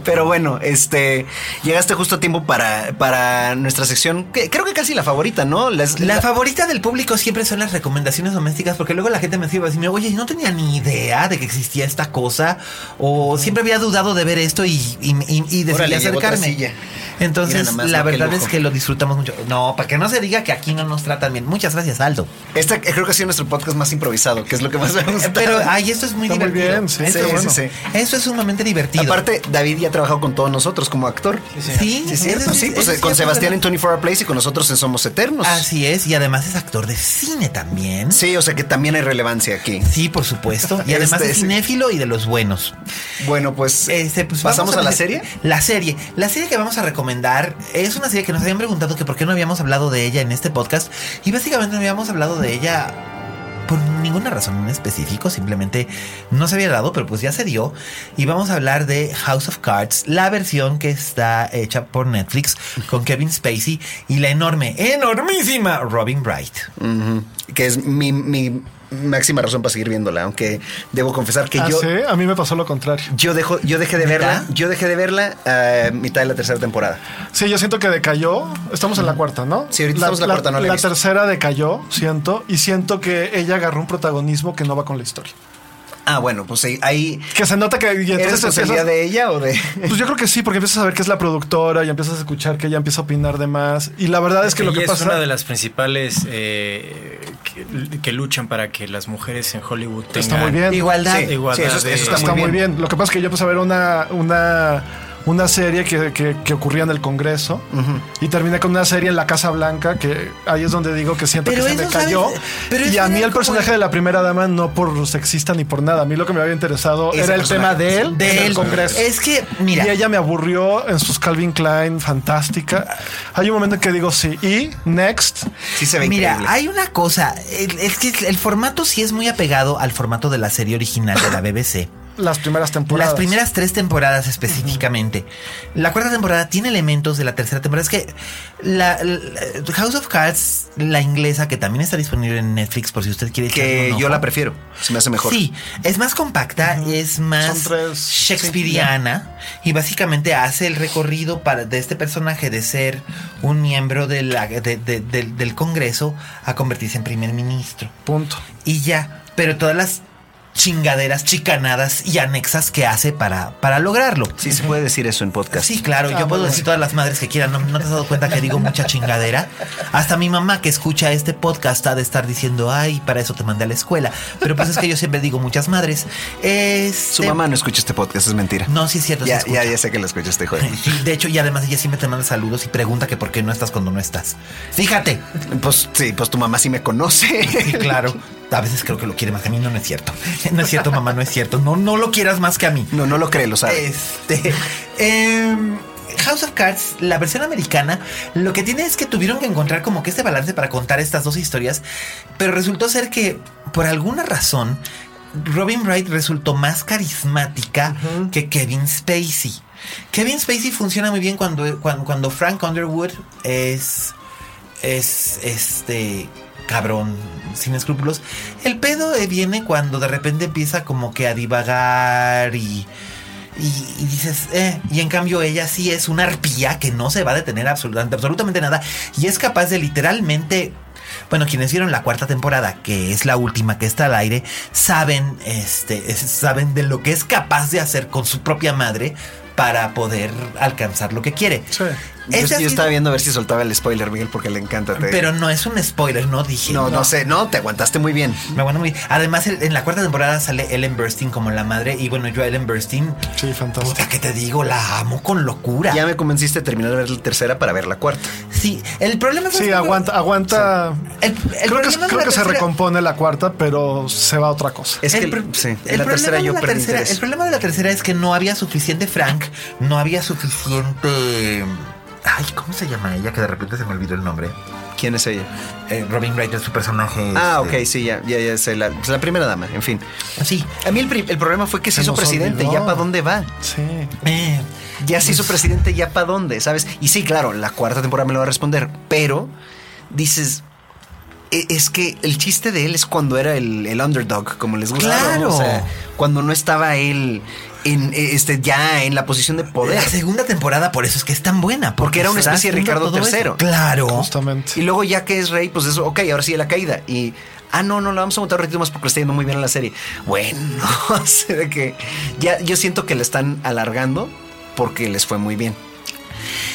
S4: Pero bueno, este llegaste justo a tiempo para, para nuestra sección, que creo que casi la favorita, ¿no? Las-
S3: La
S4: la-
S3: favorita del público siempre son las recomendaciones domésticas, porque luego la gente me escribe y me oye, no tenía ni idea de que existía esta cosa, o siempre había dudado de ver esto y, y, y- y decidí
S4: Órale, llegó otra
S3: acercarme.
S4: silla. Mira
S3: Entonces,
S4: nada más,
S3: la
S4: ¿no? Qué
S3: verdad
S4: lujo.
S3: es que lo disfrutamos mucho. No, para que no se diga que aquí no nos tratan bien. Muchas gracias, Aldo.
S4: Este eh, creo que ha sido nuestro podcast más improvisado, que es lo que más me gusta.
S3: Eh, Pero ay, esto es muy
S5: Está muy
S3: divertido.
S5: bien, sí.
S3: esto,
S5: Sí,
S3: es bueno.
S4: sí,
S3: Esto es sumamente divertido.
S4: Aparte, David ya ha trabajado con todos nosotros como actor.
S3: sí,
S4: Sí, es cierto,
S3: eso
S4: sí. pues,
S3: eso
S4: eh,
S3: cierto,
S4: con
S3: Ah,
S4: Sebastián en
S3: pero-
S4: 24 Place y con nosotros en Somos Eternos.
S3: Así es, y además es actor de cine también.
S4: Sí, o sea que también hay relevancia aquí.
S3: Sí, por supuesto. Y además
S4: (laughs) Este,
S3: es
S4: sí.
S3: cinéfilo y de los buenos.
S4: Bueno, pues,
S3: Este, pues,
S4: pasamos
S3: vamos
S4: a, la
S3: ver-
S4: serie.
S3: La serie. La serie que vamos a recomendar es una serie que nos habían preguntado que por qué no habíamos hablado de ella en este podcast. Y básicamente no habíamos hablado de ella por ninguna razón en específico. Simplemente no se había dado, pero pues ya se dio. Y vamos a hablar de House of Cards, la versión que está hecha por Netflix con Kevin Spacey y la enorme, enormísima Robin Wright.
S4: Ujú. Que es mi, mi máxima razón para seguir viéndola, aunque debo confesar que
S5: Ah,
S4: yo.
S5: sí, a mí me pasó lo contrario.
S4: Yo, dejo, yo dejé de verla,
S3: ¿Neta?
S4: yo dejé de verla a mitad de la tercera temporada.
S5: Sí, yo siento que decayó. Estamos en la cuarta, ¿no?
S4: Sí, ahorita estamos en la cuarta, no la he
S5: La
S4: visto.
S5: tercera decayó, siento, y siento que ella agarró un protagonismo que no va con la historia.
S4: Ah, bueno, pues ahí. ahí
S5: Que se nota que. y
S4: ¿Eres
S5: entonces
S4: responsabilidad de
S5: empiezas-
S4: ella o de.?
S5: Pues yo creo que sí, porque empiezas a ver que es la productora y empiezas a escuchar que ella empieza a opinar de más. Y la verdad es que lo
S6: Ella
S5: que
S6: es una de
S5: pasa.
S6: las principales eh, que, que luchan para que las mujeres en Hollywood tengan
S5: Está muy bien.
S3: Igualdad.
S4: Sí,
S6: Igualdad
S4: sí, eso,
S6: de-
S4: eso está,
S5: Está muy bien. Lo que pasa es que yo empecé a ver una, una, una serie que, que- que ocurría en el Congreso y terminé con una serie en la Casa Blanca que ahí es donde digo que siento
S3: Pero
S5: que se me
S3: eso, ¿sabes?
S5: cayó.
S3: Pero
S5: y
S3: eso
S5: a mí
S3: era
S5: el
S3: como
S5: personaje
S3: el-
S5: de la primera dama no por sexista ni por nada. A mí lo que me había interesado
S4: Ese
S5: era el
S4: personaje.
S5: tema de él en
S3: De
S5: el
S3: él.
S5: Congreso.
S3: Es que, mira.
S5: Y ella me aburrió en sus Calvin Klein, fantástica. Hay un momento en que digo sí. Y next.
S4: Sí, se ve
S3: Mira,
S4: increíble.
S3: hay una cosa, el- es que el formato sí es muy apegado al formato de la serie original de la
S4: (laughs)
S3: BBC.
S5: Las primeras temporadas.
S3: Las primeras tres temporadas específicamente. La cuarta temporada tiene elementos de la tercera temporada. Es que la, la- House of Cards, la inglesa, que también está disponible en Netflix por si usted quiere echarle
S4: que
S3: un
S4: yo
S3: ojo.
S4: la prefiero. Se me hace mejor.
S3: Sí, es más compacta, es más
S5: Son tres,
S3: shakespeariana y básicamente hace el recorrido para, de este personaje de ser un miembro de la- de- de- del- del Congreso a convertirse en primer ministro
S5: Punto.
S3: y ya. Pero todas las chingaderas, chicanadas y anexas que hace para, para lograrlo.
S4: Sí, se puede decir eso en podcast.
S3: Sí, claro, yo puedo decir todas las madres que quieran. ¿No, no te has dado cuenta que digo mucha chingadera? Hasta mi mamá que escucha este podcast ha de estar diciendo, ay, para eso te mandé a la escuela. Pero pues es que yo siempre digo muchas madres.
S4: Su
S3: Este-
S4: mamá no escucha este podcast, es mentira.
S3: No, sí es cierto. sí
S4: ya,
S3: escucha.
S4: ya, ya sé que la escuchaste, joder.
S3: (laughs) Sí, de hecho, y además ella siempre te manda saludos y pregunta que por qué no estás cuando no estás. Fíjate.
S4: Pues sí, pues tu mamá sí me
S3: Sí,
S4: conoce.
S3: claro. A veces creo que lo quiere más que a mí. No, no es cierto. No es cierto, mamá, no es cierto. No, no lo quieras más que a mí.
S4: No, no lo cree, lo sabe.
S3: Este. em, House of Cards, la versión americana, lo que tiene es que tuvieron que encontrar como que este balance para contar estas dos historias, pero resultó ser que por alguna razón Robin Wright resultó más carismática que Kevin Spacey. Kevin Spacey funciona muy bien cuando, cuando, cuando Frank Underwood es es este cabrón sin escrúpulos. El pedo eh, viene cuando de repente empieza como que a divagar y y, y dices, eh, y en cambio ella sí es una arpía que no se va a detener absolutamente, absolutamente nada y es capaz de literalmente... Bueno, quienes vieron la cuarta temporada, que es la última que está al aire, saben, este, es- saben de lo que es capaz de hacer con su propia madre para poder alcanzar lo que quiere.
S5: Sí.
S4: Yo,
S3: Ese ha
S4: yo
S3: sido-
S4: estaba viendo a ver si soltaba el spoiler, Miguel, porque le encanta. te-
S3: Pero no es un spoiler, no dije.
S4: no, no sé, no, te aguantaste muy bien.
S3: Me van a morir. Además, el- en la cuarta temporada sale Ellen Burstyn como la madre. Y bueno, yo a Ellen Burstyn,
S5: Sí, fantástico.
S3: puta que te digo, la amo con locura.
S4: Ya me convenciste a terminar de ver la tercera para ver la cuarta.
S3: Sí, el problema es
S5: Sí, aguanta, aguanta.
S3: El- el
S5: creo que,
S3: problema de
S5: creo
S3: la
S5: que se
S3: tercera- Eh,
S5: recompone la cuarta, pero se va a otra cosa.
S4: Es que
S3: pro-
S4: sí, en
S3: el
S4: la
S3: problema
S4: tercera
S3: de
S4: yo
S3: la
S4: perdí
S3: tercera-
S4: interés.
S3: El problema de la tercera es que no había suficiente Frank, no había suficiente. Ay, ¿cómo se llama ella? Que de repente se me olvidó el nombre.
S4: ¿Quién es ella?
S3: Eh, Robin Wright es su personaje.
S4: Ah,
S3: este.
S4: ok, sí, ya, ya, ya sé. La, pues la primera dama, en fin.
S3: Sí.
S4: A mí el, pri- el problema fue que se,
S5: Se
S4: hizo
S5: nos
S4: presidente,
S5: olvidó.
S4: ¿ya para dónde va?
S5: Sí.
S3: Eh,
S4: Ya se hizo presidente, ¿ya para dónde? ¿Sabes? Y sí, claro, la cuarta temporada me lo va a responder, pero dices, e- es que el chiste de él es cuando era el, el underdog, como les gusta.
S3: Claro.
S4: O sea, cuando no estaba él en, eh, este, ya en la posición de poder.
S3: la segunda temporada, por eso es que es tan buena.
S4: Porque era una
S3: está
S4: especie de
S3: haciendo
S4: Ricardo
S3: todo eso.
S4: III.
S3: Claro.
S4: Y
S5: Justamente.
S4: luego ya que es rey, pues eso, ok, ahora sí la caída. Y, ah, no, no, la vamos a montar un ratito más porque le está yendo muy bien en la serie. Bueno, (laughs) o sea, de que ya yo siento que la están alargando porque les fue muy bien.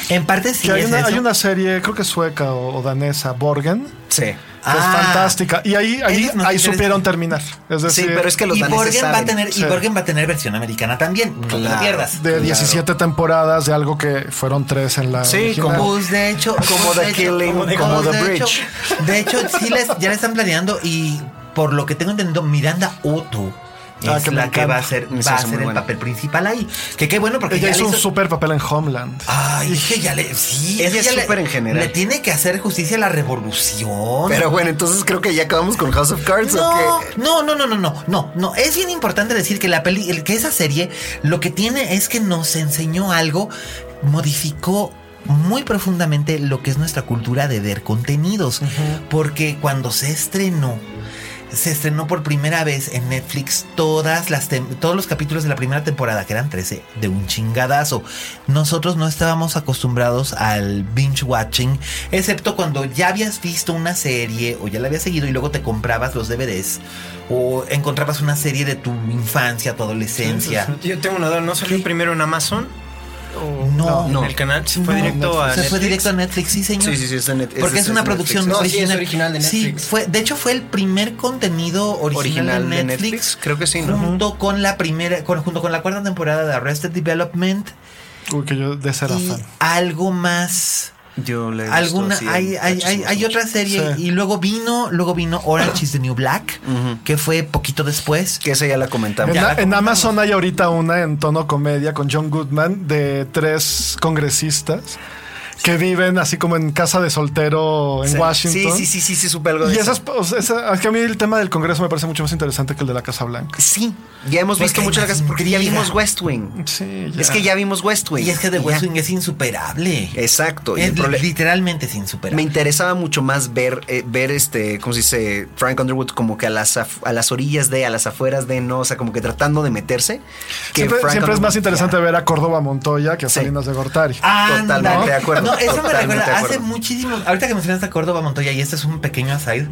S3: En parte sí
S5: Que hay,
S3: es
S5: una,
S3: eso.
S5: hay una serie, creo que sueca o, o danesa, Borgen, que
S4: Sí.
S5: es
S3: Ah.
S5: fantástica. Y ahí, ahí,
S3: Ellos este- nos
S5: ahí
S3: interesan.
S5: supieron terminar. Es decir,
S4: Sí, pero es que los
S3: y
S4: daneses
S3: Borgen va a
S4: saben.
S3: tener y
S5: Sí.
S3: Borgen va a tener versión americana también no te lo
S4: Claro.
S3: pierdas
S5: de 17 temporadas de algo que fueron tres en la.
S4: Sí,
S5: original.
S4: como-
S3: Pues de hecho,
S4: Como
S3: pues,
S4: The
S3: de hecho,
S4: Killing, como
S3: pues,
S4: The
S3: de hecho-
S4: Bridge.
S3: de hecho, sí les, ya le están planeando y por lo que tengo entendido, Miranda Otto es
S5: Ah, que me
S3: la que va a
S5: encanta.
S3: ser,
S4: Me
S3: va a
S4: hace
S3: ser
S4: muy
S3: el
S4: buena.
S3: papel principal ahí. Que qué bueno porque
S5: Ella
S3: ya le
S5: hizo un
S3: hizo-
S5: super papel en Homeland.
S3: Ay, es que ya le. Sí,
S4: Ella
S3: que
S4: es
S3: ya le-
S4: súper en general.
S3: Le tiene que hacer justicia a la revolución.
S4: Pero bueno, entonces creo que ya acabamos con House of Cards
S3: No,
S4: o qué.
S3: no, no, no, no, no, no, no. Es bien importante decir que la peli, el- que esa serie lo que tiene es que nos enseñó algo, modificó muy profundamente lo que es nuestra cultura de ver contenidos. Porque cuando se estrenó, se estrenó por primera vez en Netflix todas las tem- todos los capítulos de la primera temporada, que eran 13, de un chingadazo. Nosotros no estábamos acostumbrados al binge watching, excepto cuando ya habías visto una serie o ya la habías seguido y luego te comprabas los DVDs o encontrabas una serie de tu infancia, tu adolescencia.
S6: Yo tengo una duda, ¿no salió primero en Amazon? ¿O
S3: No,
S6: en el canal? ¿Se fue
S3: No,
S6: directo a
S3: se fue
S6: Netflix?
S3: directo a Netflix, sí, señor.
S4: Sí, sí, sí, es de Net-
S3: Porque
S4: es-
S3: es, una
S4: es de
S3: producción
S4: Netflix.
S2: No, sí, es original de Netflix.
S3: Sí, fue, de hecho fue el primer contenido original,
S2: Original
S3: de
S2: de
S3: Netflix,
S2: Netflix, creo que sí, ¿no?
S3: Junto con la primera, con- junto con la cuarta temporada de Arrested Development
S5: Uy, que yo de esa era
S3: y
S5: fan.
S3: algo más.
S2: Yo le he visto
S3: Alguna,
S2: así,
S3: hay, hay,
S2: cachos
S3: hay,
S2: más
S3: hay
S2: mucho.
S3: otra serie
S5: Sí.
S3: y luego vino, luego vino Orange is the New Black, que fue poquito después.
S4: Que esa ya la comentamos.
S5: En,
S3: Ya la
S5: en Amazon hay ahorita una en tono comedia con John Goodman de tres congresistas que viven así como en casa de soltero en
S4: Sí,
S5: Washington.
S4: sí, sí, sí, sí, supe algo de
S5: Y
S4: eso.
S5: esas, o sea, esa- es que a mí el tema del Congreso me parece mucho más interesante que el de la Casa Blanca.
S4: Sí, ya hemos
S3: Porque
S4: visto
S3: hay
S4: mucho la
S3: más
S4: casa porque ya
S3: intriga.
S4: vimos West Wing.
S5: Sí, ya.
S4: Es que ya vimos West Wing.
S3: Y es que The
S4: Y ya.
S3: West Wing es insuperable.
S4: Exacto. y
S3: Es
S4: el prole-
S3: literalmente es
S4: me
S3: insuperable.
S4: interesaba mucho más ver, eh, ver este, ¿cómo se dice? Frank Underwood como que a las, af- a las orillas de, a las afueras de, no, o sea, como que tratando de meterse. que
S5: siempre
S4: Frank
S5: siempre es
S4: Underwood.
S5: más interesante
S4: Ya.
S5: ver a Córdoba Montoya que a
S4: Sí. Ah,
S5: Salinas de Gortari.
S3: Ándale.
S4: Totalmente de acuerdo,
S3: No, eso me
S4: totalmente
S3: recuerda.
S4: de
S3: Hace
S4: acuerdo.
S3: muchísimo. Ahorita que mencionaste a Córdoba Montoya, y este es un pequeño aside.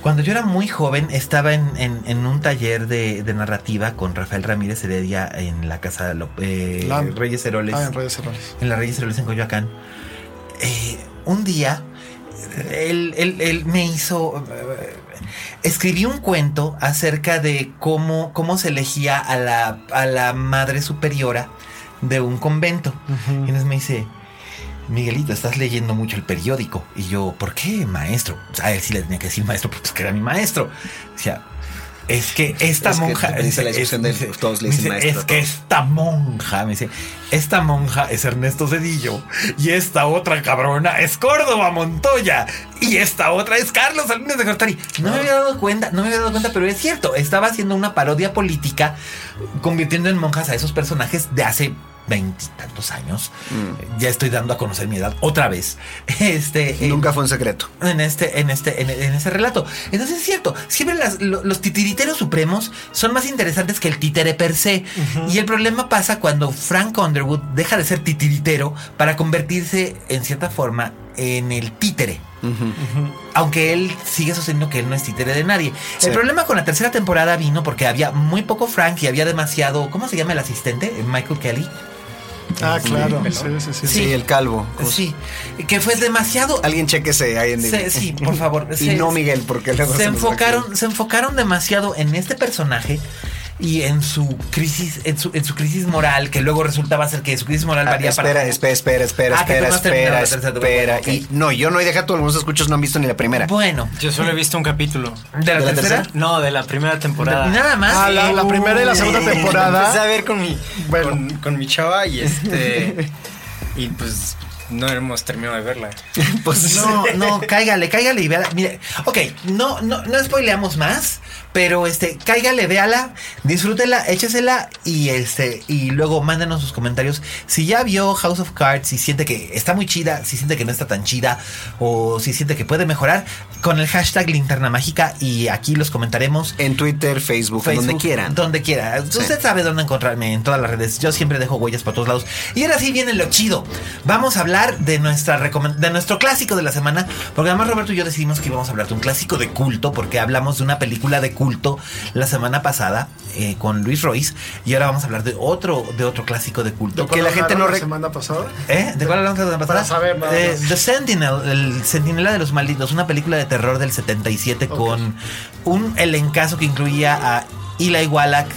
S3: Cuando yo era muy joven, estaba en, en- en un taller de, de narrativa con Rafael Ramírez Heredia en la casa de Lop- eh,
S5: Lam.
S3: Reyes Heroles.
S5: Ah, en redes sociales.
S3: en la Reyes Heroles en Coyoacán. Eh, un día, él, él- él me hizo. eh, Escribí un cuento acerca de cómo, cómo se elegía a la, a la madre superiora de un convento. Y entonces me dice. Miguelito, estás leyendo mucho el periódico. Y yo, ¿por qué, maestro? A él sí le tenía que decir maestro, porque pues, que era mi maestro. Decía, es que esta
S4: Es que
S3: monja.
S4: te dice la discusión de
S3: me
S4: todos le dicen
S3: me
S4: maestro
S3: Es
S4: a
S3: que
S4: todos".
S3: esta monja, me dice, esta monja es Ernesto Cedillo. Y esta otra cabrona es Córdoba Montoya. Y esta otra es Carlos Salinas de Gortari. No me había dado cuenta, no me había dado cuenta, pero es cierto. Estaba haciendo una parodia política, convirtiendo en monjas a esos personajes de hace veintitantos años. Ya estoy dando a conocer mi edad otra vez. Este. eh,
S4: Nunca fue un secreto.
S3: en este, en este, en, en ese relato. Entonces es cierto, siempre las- lo- los titiriteros supremos son más interesantes que el títere per se. Y el problema pasa cuando Frank Underwood deja de ser titiritero para convertirse, en cierta forma, en el títere. Aunque él sigue sosteniendo que él no es títere de nadie. El problema con la tercera temporada vino porque había muy poco Frank y había demasiado. ¿Cómo se llama el asistente? Michael Kelly.
S5: Ah, claro. Sí, sí, sí.
S3: Sí. Eh,
S4: Sí, el calvo.
S3: Sí. Que fue demasiado.
S4: Alguien chequese ahí en
S3: Se- sí, por favor.
S4: (laughs) Y
S3: se-
S4: no Miguel, porque luego
S3: se
S4: nos va
S3: enfocaron, se enfocaron demasiado en este personaje y en su crisis, en su, en su crisis moral, que luego resultaba ser que su crisis moral
S4: Ah,
S3: varía
S4: espera,
S3: para.
S4: espera, espera, espera,
S3: Ah, que tú
S4: espera,
S3: no has terminado
S4: espera,
S3: la tercera temporada.
S4: espera. Y no, yo no he dejado todos los escuchos, no han visto ni la primera.
S3: Bueno,
S6: Yo solo he visto un capítulo.
S3: de la,
S4: ¿De la
S3: tercera,
S4: tercera?
S6: No, de la primera temporada.
S3: y nada más.
S5: Ah, la, la primera y la segunda
S6: Empecé a
S5: temporada.
S6: ver con mi,
S5: Bueno.
S6: con, con mi
S5: (laughs)
S6: chava y este. y pues no hemos terminado de verla.
S4: Pues
S3: No, no, cáigale, cáigale y véala. Mire, ok, no, no, no spoileamos más, pero este, cáigale, véala, disfrútela, échesela y este, y luego mándenos sus comentarios. Si ya vio House of Cards, si siente que está muy chida, si siente que no está tan chida, o si siente que puede mejorar, con el hashtag linterna mágica y aquí los comentaremos.
S4: en Twitter, Facebook,
S3: Facebook,
S4: donde quieran.
S3: Donde quiera. Usted sabe dónde encontrarme en todas las redes. Yo siempre dejo huellas por todos lados. Y ahora sí viene lo chido. Vamos a hablar hablar de, nuestra recomen- de nuestro clásico de la semana, porque además Roberto y yo decidimos que íbamos a hablar de un clásico de culto, porque hablamos de una película de culto la semana pasada eh, con Luis Royce, y ahora vamos a hablar de otro, de otro clásico de culto. que la gente no
S5: la
S3: re-
S5: semana pasada?
S3: ¿Eh? ¿De cuál hablamos la semana
S5: Para
S3: pasada?
S5: saber, nada
S3: Eh,
S5: más.
S3: The Sentinel, el Sentinela de los Malditos, una película de terror del 77 con un elencazo que incluía a Eli Wallach,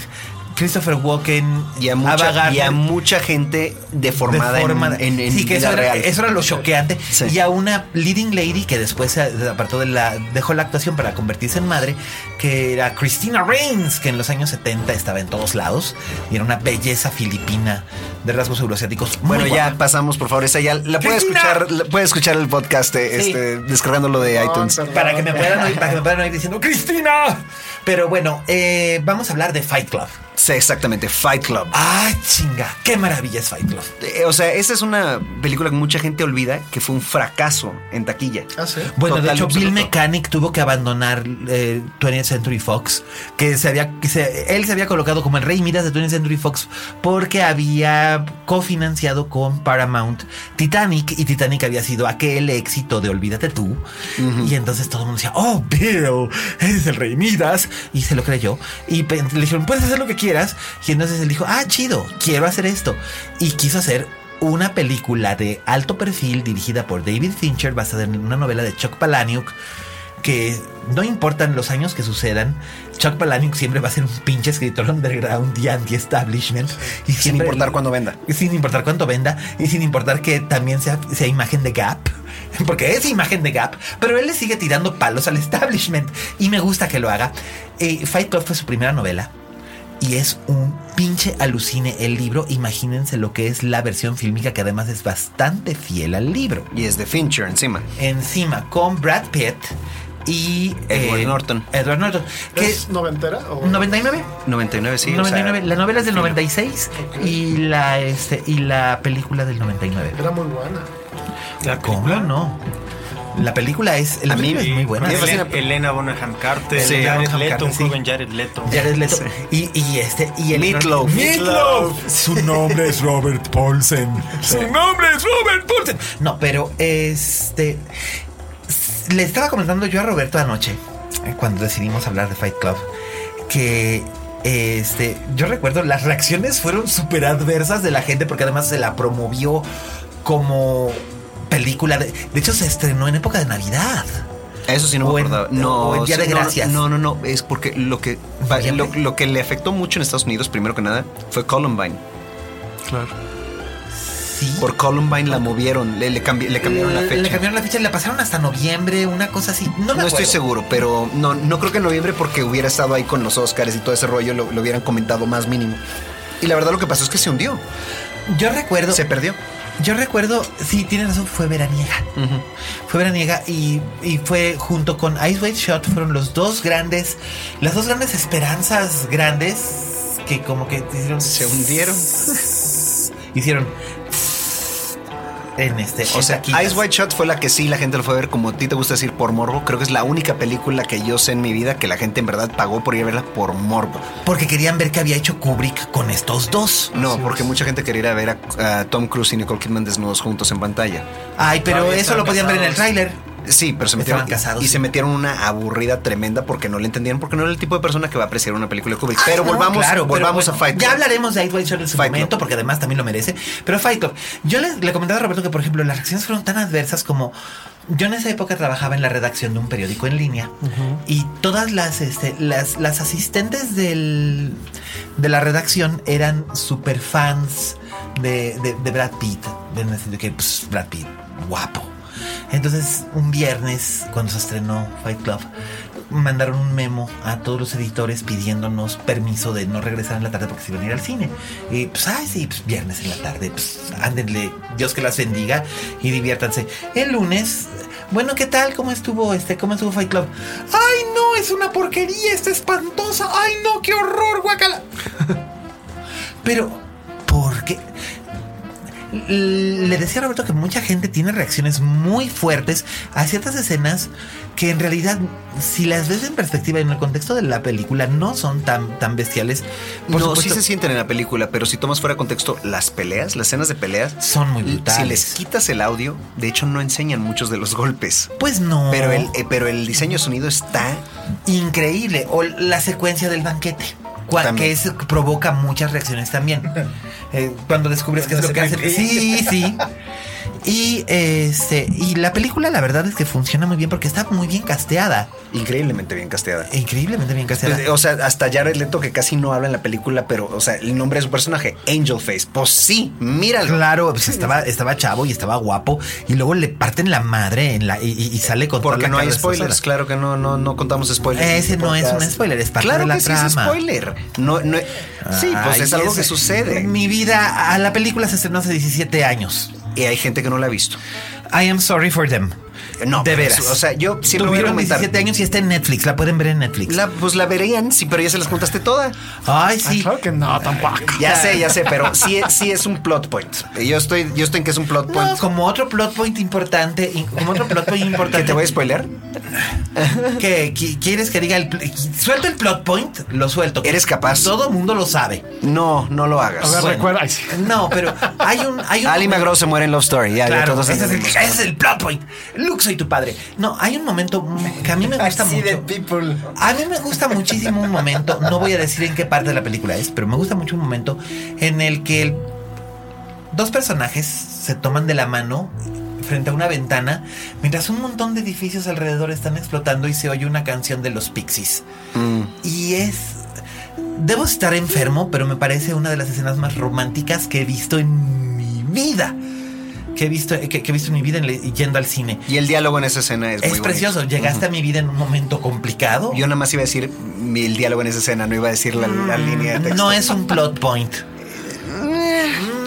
S3: Christopher Walken,
S4: Y a
S3: Ava
S4: mucha,
S3: Gardner,
S4: y a mucha gente deformada, en-
S3: deformada.
S4: en, en
S3: sí, que
S4: vida
S3: eso era,
S4: real.
S3: eso era lo choqueante.
S4: Sí.
S3: Y a una leading lady que después se apartó de la. dejó la actuación para convertirse en madre, que era Christina Reigns, que en los años 70 estaba en todos lados y era una belleza filipina de rasgos euroasiáticos. muy
S4: Bueno, ya
S3: guapa.
S4: pasamos, por favor. Esa ya la puede
S3: Cristina.
S4: escuchar, la puede escuchar el podcast eh,
S3: Sí.
S4: este, descargándolo de iTunes.
S5: perdón.
S3: Para que me puedan oír, para que me puedan oír diciendo ¡Cristina! Pero bueno, eh, vamos a hablar de Fight Club.
S4: Sí, exactamente, Fight Club.
S3: ¡Ah, chinga! ¡Qué maravilla es Fight Club!
S4: Eh, O sea, esa es una película que mucha gente olvida que fue un fracaso en taquilla.
S5: Ah, sí.
S3: Bueno, de
S4: Total y
S3: hecho, Bill
S4: absoluto.
S3: Mechanic tuvo que abandonar eh, 20th Century Fox, que se había, que se- él se había colocado como el rey Midas de 20th Century Fox porque había cofinanciado con Paramount Titanic y Titanic había sido aquel éxito de Olvídate tú. Y entonces todo el mundo decía, oh, Bill, eres el rey Midas. Y se lo creyó. Y pe- le dijeron, puedes hacer lo que quieras. Y entonces él dijo, ah, chido, quiero hacer esto. Y quiso hacer una película de alto perfil dirigida por David Fincher basada en una novela de Chuck Palahniuk que no importan los años que sucedan, Chuck Palahniuk siempre va a ser un pinche escritor underground y anti-establishment. Y
S4: Sin importar cuándo venda.
S3: Sin importar cuánto venda y sin importar que también sea, sea imagen de Gap. (laughs) Porque es imagen de Gap, pero él le sigue tirando palos al establishment y me gusta que lo haga. Eh, Fight Club fue su primera novela y es un pinche alucine el libro. Imagínense lo que es la versión fílmica que además es bastante fiel al libro.
S4: Y es de Fincher encima.
S3: Encima con Brad Pitt y eh,
S4: Edward Norton.
S3: Edward Norton. Que
S5: ¿Es noventera? O...
S3: 99.
S4: 99, sí. o sea,
S3: 99. la novela es del 96 y la este y la película del 99.
S5: Era muy buena.
S6: ¿La
S3: ¿Cómo no? La película es, la
S4: A mí
S3: película es muy buena.
S4: me
S3: Sí.
S4: fascina.
S6: Elena, Elena Bonham Carter,
S3: Sí,
S6: Jared
S3: Bonham
S6: Leto,
S3: Carter,
S6: un
S3: sí.
S6: joven Jared Leto.
S3: Jared Leto. Y, y este y el
S4: Meatloaf.
S3: Meatloaf.
S7: Su nombre es Robert Paulsen. Su nombre es Robert Paulsen.
S3: No, pero este. s- Le estaba comentando yo a Roberto anoche, eh, cuando decidimos hablar de Fight Club, que. Este, yo recuerdo las reacciones fueron súper adversas de la gente porque además se la promovió como película. De, de hecho, se estrenó en época de Navidad.
S4: Eso sí no
S3: O
S4: me
S3: en-
S4: acordaba. No,
S3: o en Día
S4: sí,
S3: de
S4: no,
S3: Gracias.
S4: No, no, no. Es porque lo que, va-
S3: Noviembre.
S4: lo, lo que le afectó mucho en Estados Unidos, primero que nada, fue Columbine.
S5: Claro.
S3: Sí.
S4: Por Columbine la movieron, le, le cambi- le cambiaron la
S3: Le-
S4: fecha.
S3: Le cambiaron la fecha, la pasaron hasta noviembre, una cosa así. No, me
S4: No
S3: acuerdo.
S4: estoy seguro, pero no, no creo que en noviembre porque hubiera estado ahí con los Oscars y todo ese rollo lo, lo hubieran comentado más mínimo. Y la verdad lo que pasó es que se hundió,
S3: Yo recuerdo.
S4: se perdió.
S3: Yo recuerdo, sí, tienes razón, fue veraniega. Fue veraniega y, y fue junto con Ice White Shot, fueron los dos grandes, las dos grandes esperanzas grandes que como que hicieron...
S4: Se hundieron.
S3: (laughs) Hicieron... En este...
S4: O sea,
S3: taquillas.
S4: Ice White Shot fue la que sí la gente lo fue a ver como a ti te gusta decir por morbo. Creo que es la única película que yo sé en mi vida que la gente en verdad pagó por ir a verla por morbo.
S3: Porque querían ver qué había hecho Kubrick con estos dos.
S4: No, porque mucha gente quería ir a ver a, a Tom Cruise y Nicole Kidman desnudos juntos en pantalla.
S3: Ay, pero
S6: Todavía
S3: eso lo
S6: están
S3: podían ver en el
S6: casados.
S3: tráiler.
S4: Sí, pero se
S3: Estaban
S4: metieron
S3: casados,
S4: y
S3: sí.
S4: se metieron una aburrida tremenda porque no le entendían porque no era el tipo de persona que va a apreciar una película de Kubrick. pero
S3: Ah, No,
S4: volvamos,
S3: claro, pero
S4: volvamos
S3: bueno,
S4: a Fight.
S3: Ya
S4: Club.
S3: hablaremos de Ice White Shot en su
S4: Fight
S3: momento,
S4: Club.
S3: porque además también lo merece. Pero Fight Club, yo le, le comentaba a Roberto que, por ejemplo, las reacciones fueron tan adversas como. Yo en esa época trabajaba en la redacción de un periódico en línea y todas las, este, las, las asistentes del, de la redacción eran super fans de, de- de Brad Pitt. En el sentido que, pues, Brad Pitt, guapo. Entonces, un viernes, cuando se estrenó Fight Club, mandaron un memo a todos los editores pidiéndonos permiso de no regresar en la tarde porque se iban a ir al cine. Y pues, ay, sí, pues viernes en la tarde, pues ándenle, Dios que las bendiga y diviértanse. El lunes, bueno, ¿qué tal? ¿Cómo estuvo este? ¿Cómo estuvo Fight Club? ¡Ay, no! Es una porquería, está espantosa. ¡Ay, no! ¡Qué horror, guacala! Pero, ¿por qué? le decía a Roberto que mucha gente tiene reacciones muy fuertes a ciertas escenas que en realidad, si las ves en perspectiva y en el contexto de la película, no son tan, tan bestiales.
S4: no, sí se sienten en la película, pero si tomas fuera de contexto las peleas, las escenas de peleas,
S3: son muy
S4: Si
S3: brutales.
S4: les quitas el audio, de hecho no enseñan muchos de los golpes.
S3: Pues no.
S4: Pero el, eh, pero el diseño de sonido está
S3: increíble. O la secuencia del banquete. cua-
S4: También.
S3: Que es- provoca muchas reacciones también.
S4: (laughs)
S3: Eh, cuando descubres que es lo que hace. Sí, sí. Y este. Y la película, la verdad es que funciona muy bien porque está muy bien casteada.
S4: increíblemente bien casteada.
S3: Eh,
S4: Pues,
S3: Increíblemente bien casteada.
S4: O sea, hasta Jared Leto que casi no habla en la película, pero, o sea, el nombre de su personaje, Angel Face. Pues sí, míralo.
S3: Claro, pues estaba, estaba chavo y estaba guapo. Y luego le parten la madre en la, y, y- y sale con toda
S4: Porque
S3: la
S4: no
S3: cara
S4: hay
S3: destrozada.
S4: spoilers, claro que no, no, no contamos spoilers.
S3: Ese
S4: en
S3: no es
S4: podcast.
S3: un spoiler, es parte
S4: claro
S3: de la
S4: que
S3: trama.
S4: sí es spoiler. No, no, sí, pues
S3: Ay,
S4: es algo
S3: ese-
S4: que sucede.
S3: Mi vida, a la película se estrenó hace 17 años.
S4: Y hay gente que no la ha visto.
S3: I am sorry for them.
S4: No,
S3: de
S4: pero,
S3: veras.
S4: O sea, yo siempre voy a
S3: Tuvieron
S4: comentar.
S3: 17 años y está en Netflix. La pueden ver en Netflix.
S4: La, ¿Ah, pues la verían, sí, pero ya se las contaste toda.
S3: Ay, sí.
S5: Claro que no, tampoco.
S4: Ya sé, ya sé, pero sí, sí es un plot point. Yo estoy, yo estoy en que es un plot
S3: No,
S4: point.
S3: como otro plot point importante, in- como otro plot point importante.
S4: (laughs) ¿Que te voy a spoiler?
S3: que, qui- quieres que diga el pl- suelto el plot point, lo suelto.
S4: ¿Eres capaz?
S3: Todo mundo lo sabe.
S4: No, no lo
S5: A
S4: hagas.
S5: ver,
S3: Bueno.
S5: recuerda. Ay, sí.
S3: No, pero hay un hay un
S4: Ali Magro se muere en Love Story. Ya, ya
S3: Claro,
S4: todos
S3: ese es, el,
S4: entendimos.
S3: ese es el plot point. Luke, soy tu padre. No, hay un momento que a mí me gusta mucho.
S6: people.
S3: A mí me gusta muchísimo un momento, no voy a decir en qué parte de la película es, pero me gusta mucho un momento en el que el- dos personajes se toman de la mano frente a una ventana, mientras un montón de edificios alrededor están explotando y se oye una canción de los Pixies.
S4: Mm.
S3: Y es... Debo estar enfermo, pero me parece una de las escenas más románticas que he visto en mi vida. Que he visto, que, que he visto en mi vida en le- yendo al cine.
S4: Y el diálogo en esa escena es,
S3: Es,
S4: muy bonito.
S3: precioso. Llegaste a mi vida en un momento complicado.
S4: Yo nada más iba a decir mi- el diálogo en esa escena, no iba a decir la, la línea de texto.
S3: Mm. No es un plot point.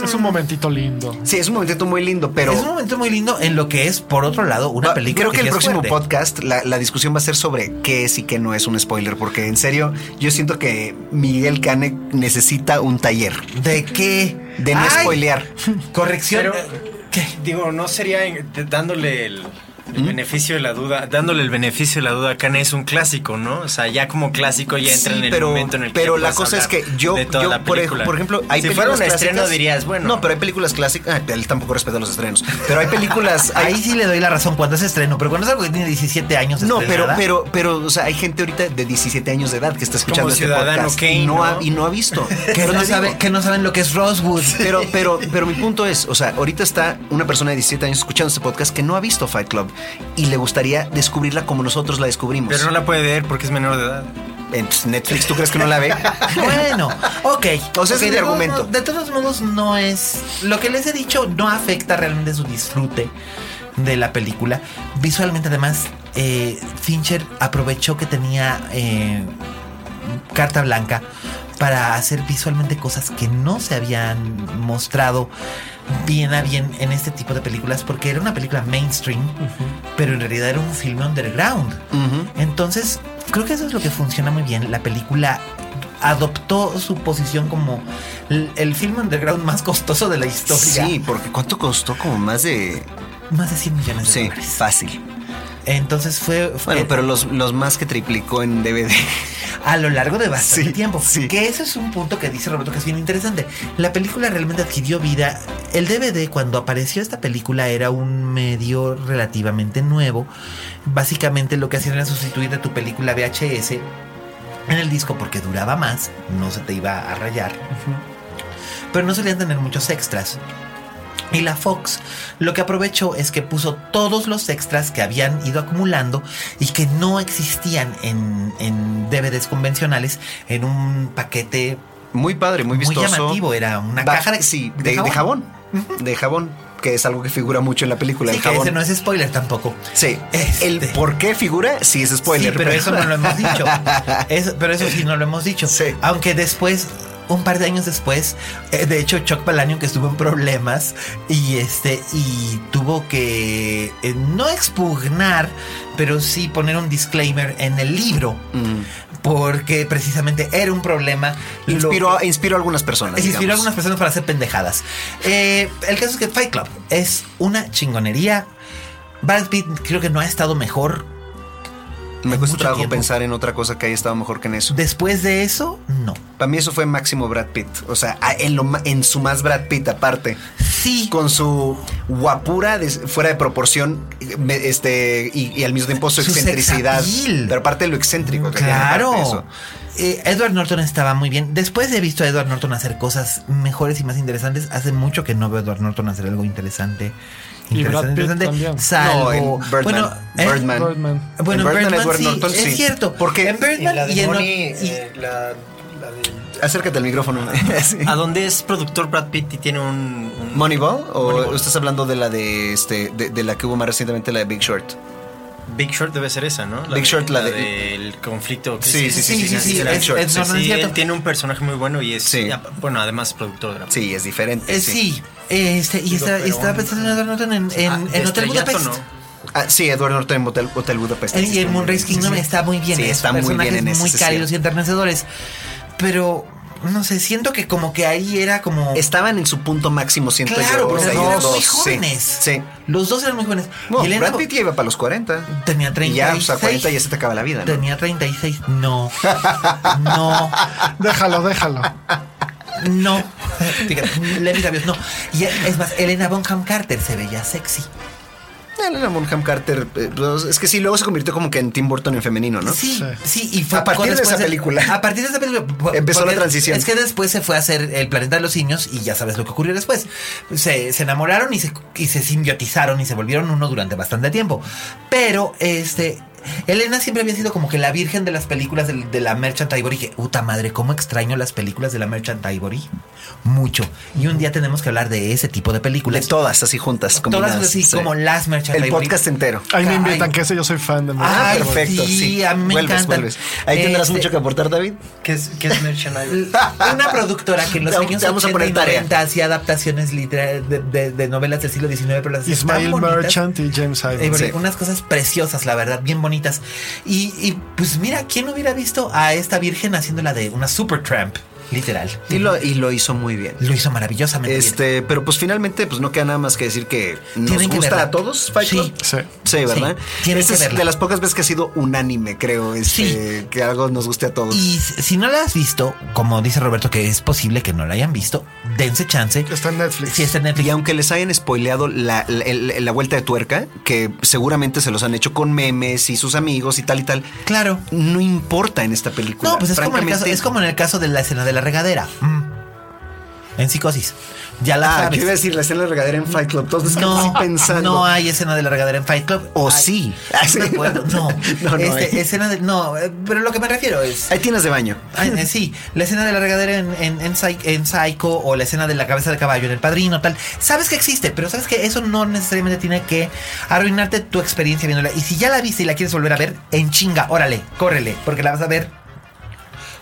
S5: Es un momentito lindo.
S4: Sí, es un momento muy lindo, pero.
S3: es un momento muy lindo en lo que es, por otro lado, una
S4: Va-
S3: película.
S4: Creo que, el
S3: sí es
S4: próximo
S3: fuerte.
S4: podcast, la, la discusión va a ser sobre qué es y qué no es un spoiler, porque en serio, yo siento que Miguel Cane necesita un taller
S3: ¿De qué?
S4: de no
S3: Ay,
S4: spoilear.
S6: (laughs)
S3: Corrección.
S6: Pero,
S3: ¿Qué?
S6: Digo, no sería en- de- dándole el, el beneficio de la duda, dándole el beneficio de la duda, Kane es un clásico, ¿no? O sea, ya como clásico ya entra
S4: Sí,
S6: en el
S4: pero,
S6: momento en el que
S4: pero
S6: ya
S4: la
S6: puedes
S4: cosa es
S6: hablar
S4: que yo,
S6: de toda
S4: yo,
S6: la
S4: por, ej-
S6: película.
S4: por ejemplo, hay
S6: si fuera
S4: películas
S6: un estreno
S4: clásicas-
S6: dirías, bueno,
S4: No, pero hay películas clásicas. ah, él tampoco respeta los estrenos. Pero hay
S6: (laughs)
S4: películas. hay-
S3: Ah, Ahí sí le doy la razón cuando es estreno, pero cuando es algo que tiene 17 años.
S4: No, pero,
S3: estrenada,
S4: pero, pero, o sea, hay gente ahorita de 17 años de edad que está escuchando
S6: Como
S4: este
S6: Ciudadano
S4: podcast
S6: Kane,
S4: y, no ha,
S6: ¿no?
S4: y no ha
S6: (laughs)
S4: visto.
S3: Que
S4: Pero
S3: no,
S4: te digo,
S3: sabe, que no saben lo que es Rosewood.
S4: Pero, pero, pero mi punto es, o sea, ahorita está una persona de 17 años escuchando este podcast que no ha visto Fight Club y le gustaría descubrirla como nosotros la descubrimos.
S6: Pero no la puede ver porque es menor de edad.
S4: En Netflix, ¿tú crees que no la ve?
S3: Bueno, ok.
S4: (laughs) O sea, ese
S3: Ok,
S4: es mi
S3: de todos
S4: argumento.
S3: modos- de todos modos, no es. Lo que les he dicho no afecta realmente su disfrute de la película. Visualmente, además, eh, Fincher aprovechó que tenía eh, carta blanca para hacer visualmente cosas que no se habían mostrado bien a bien en este tipo de películas, porque era una película mainstream, pero en realidad era un filme underground. Entonces, creo que eso es lo que funciona muy bien. La película adoptó su posición como l- el film underground más costoso de la historia.
S4: (laughs) Sí, porque ¿cuánto costó? Como más de...
S3: Más de 100 millones de
S4: Sí,
S3: dólares.
S4: fácil.
S3: Entonces fue, fue-
S4: Bueno, pero los, los más que triplicó en DVD.
S3: a lo largo de bastante
S4: Sí,
S3: tiempo.
S4: sí.
S3: Que eso es un punto que dice Roberto que es bien interesante. La película realmente adquirió vida. El DVD cuando apareció esta película era un medio relativamente nuevo. Básicamente lo que hacían era sustituir de tu película VHS en el disco porque duraba más, no se te iba a rayar. Pero no solían tener muchos extras. Y la Fox lo que aprovechó es que puso todos los extras que habían ido acumulando y que no existían en, en DVDs convencionales en un paquete
S4: (laughs) Muy padre, muy
S3: muy
S4: vistoso.
S3: llamativo. Era una
S4: Va-
S3: caja de,
S4: sí, de, de jabón. De jabón, que es algo que figura mucho en la película.
S3: Sí,
S4: el
S3: que
S4: jabón.
S3: ese no es spoiler tampoco.
S4: Sí,
S3: Este.
S4: el por qué figura sí es spoiler.
S3: Sí, pero eso no lo hemos
S4: (laughs)
S3: dicho. Eso- pero eso sí no lo hemos dicho.
S4: Sí.
S3: Aunque después, un par de años después, eh, de hecho, Chuck Palanium que estuvo en problemas y este y tuvo que eh,
S4: Mm.
S3: no expugnar, pero sí poner un disclaimer en el libro. porque precisamente era un problema.
S4: Inspiró, inspiró a algunas personas.
S3: Inspiró
S4: digamos.
S3: a algunas personas para hacer pendejadas. Eh, el caso es que Fight Club es una chingonería. Brad Pitt creo que no ha estado mejor.
S4: Me
S3: en
S4: cuesta
S3: mucho
S4: trabajo
S3: tiempo.
S4: pensar en otra cosa que haya estado mejor que en eso.
S3: Después de eso, no.
S4: Para mí eso fue máximo Brad Pitt. O sea, a- en, lo ma- en su más Brad Pitt aparte.
S3: Sí.
S4: Con su guapura des- fuera de proporción me- este, y, y al mismo tiempo su
S3: Su
S4: excentricidad.
S3: sexapil.
S4: Pero aparte de lo excéntrico. que tiene aparte de eso.
S3: Claro. Eh, Edward Norton estaba muy bien. Después he visto a Edward Norton hacer cosas mejores y más interesantes. Hace mucho que no veo a Edward Norton hacer algo interesante.
S5: Y Brad Pitt
S3: Interesante,
S5: también.
S3: interesante. Salvo.
S4: No, en Birdman.
S3: bueno, ¿eh?
S4: Birdman.
S5: Birdman.
S3: Bueno,
S4: En
S3: en
S4: Birdman,
S3: Birdman,
S4: Edward
S3: sí,
S4: Norton,
S3: es
S4: sí.
S3: cierto.
S4: Porque-
S3: en Birdman
S4: y la de eh,
S3: y en-
S4: Money,
S3: y-
S6: la,
S4: Acércate al micrófono. (laughs) Sí.
S6: ¿A dónde es productor Brad Pitt y tiene un... un-
S4: ¿Moneyball? ¿O
S6: Moneyball.
S4: estás hablando de la de este de, de la que hubo más recientemente, la de Big Short?
S6: Big Short debe ser esa, ¿no?
S4: Big Short, la de-
S6: del conflicto.
S4: Sí, sí, sí, sí, sí,
S6: financiero.
S4: es- es-
S6: Sí,
S3: no, no es
S6: él
S3: cierto.
S6: tiene un personaje muy bueno y es...
S4: Sí.
S6: ya, bueno, además es productor de la...
S4: Sí, es diferente.
S3: eh, sí. Eh, este, y
S6: Digo,
S3: estaba-
S6: pero-
S3: estaba pensando en Edward Norton en, en,
S6: Ah,
S3: en
S6: de
S3: Hotel
S6: estrellato,
S3: Budapest.
S6: ¿no?
S4: Ah, sí, Edward Norton en Hotel, Hotel Budapest.
S3: El-
S4: Sí,
S3: y el
S4: sí,
S3: Moonrise
S4: Este, sí,
S3: Kingdom
S4: sí.
S3: está muy bien. ¿eh?
S4: Sí,
S3: es
S4: está muy
S3: personajes
S4: bien en ese.
S3: muy
S4: sí,
S3: cálidos
S4: sí.
S3: y enternecedores. Pero, no sé, siento que como que ahí era como...
S4: Estaban en su punto máximo, siento
S3: Claro,
S4: yo.
S3: porque
S4: o sea,
S3: eran
S4: ellos
S3: muy
S4: pues, dos,
S3: jóvenes.
S4: Sí. sí.
S3: Los dos eran muy jóvenes.
S4: Bueno,
S3: y el
S4: Brad
S3: Enzo
S4: Pitt ya iba para los 40.
S3: tenía
S4: Y ya, o
S3: 36.
S4: sea, 40 ya se te acaba la vida. ¿no?
S3: Tenía 36. No. No.
S5: Déjalo, déjalo.
S4: (laughs)
S3: No. Fíjate, le vi labios, No. Y es más, Elena Bonham Carter se veía sexy.
S4: Elena Bonham Carter. eh, pues, es que sí, luego se convirtió como que en Tim Burton en femenino, ¿no?
S3: Sí,
S5: Sí.
S3: sí, y fue
S4: A partir de
S3: después
S4: esa película.
S3: A partir de esa película po-
S4: Empezó la
S3: porque
S4: transición.
S3: Es que después se fue a hacer el planeta de los simios y ya sabes lo que ocurrió después. Se, se enamoraron y se, y se simbiotizaron y se volvieron uno durante bastante tiempo. Pero este. Elena siempre había sido como que la virgen de las películas del- de, la Merchant Ivory. Que, puta madre, cómo extraño las películas de la Merchant Ivory. Mucho. Y un día tenemos que hablar de ese tipo de
S4: De
S3: películas.
S4: todas, así juntas.
S3: Todas
S4: combinadas,
S3: así
S4: sí.
S3: como las Merchant
S4: El
S3: Ivory.
S4: podcast entero.
S5: Ahí me
S3: Ay.
S5: invitan, que ese yo soy fan de
S4: Ah,
S3: Ay,
S4: perfecto. Sí,
S3: sí, a mí me
S4: vuelves,
S3: encantan.
S4: vuelves. Ahí tendrás
S3: Este-
S4: mucho que aportar, David.
S6: ¿Qué es, qué es merchandise?
S3: (laughs) Una productora que en los
S4: Te-
S3: años
S4: te vamos a
S3: 80
S4: poner
S3: y
S4: tarea.
S3: 90 hacía adaptaciones literarias de, de- de novelas del siglo XIX, pero las hacía
S5: Ismael
S3: tan bonitas.
S5: Merchant y James
S3: Eh,
S5: Ivory.
S3: bueno,
S4: Sí.
S3: Unas cosas preciosas, la verdad, bien bonitas. Y, y, pues mira, ¿quién hubiera visto a esta virgen haciéndola de una super tramp? Literal.
S4: Y lo, y lo hizo muy bien.
S3: Lo hizo maravillosamente bien.
S4: Este, pero pues finalmente, pues no queda nada más que decir que nos
S3: Tienen que
S4: gusta
S3: verla.
S4: a todos Fight
S3: Sí.
S4: Club.
S5: Sí.
S4: Sí, ¿verdad?
S3: Sí, tienen
S4: Esta
S3: que
S4: es
S3: verla.
S4: de las pocas veces que ha sido unánime, creo, este, que algo nos guste a todos.
S3: Y si si no la has visto, como dice Roberto, que es posible que no la hayan visto, dense chance.
S5: Está en Netflix.
S3: Si está en Netflix.
S4: Y aunque les hayan spoileado la, la- el- la vuelta de tuerca, que seguramente se los han hecho con memes y sus amigos y tal y tal,
S3: Claro.
S4: no importa en esta película.
S3: No, pues es como, en el
S4: Francamente,
S3: caso, es como en el caso de la escena de la regadera. Mm. En psicosis. Ya la
S4: Ah,
S3: sabes.
S4: yo iba a decir la escena de la regadera en Fight Club. Entonces,
S3: No,
S4: pensando.
S3: no hay escena de la regadera en Fight Club.
S4: O
S3: Ay,
S4: sí. Ah, (laughs) sí.
S3: No, me acuerdo, (laughs) no.
S4: No, no
S3: Este,
S4: hay.
S3: escena de. No, eh, pero lo que me refiero es.
S4: Hay tiendas de baño.
S3: ay, eh, sí, la escena de la regadera en, en, en Psy- en Psycho o la escena de la cabeza de caballo en El Padrino, tal. Sabes que existe, pero sabes que eso no necesariamente tiene que arruinarte tu experiencia viéndola. Y si ya la viste y la quieres volver a ver, en chinga, órale, córrele, porque la vas a ver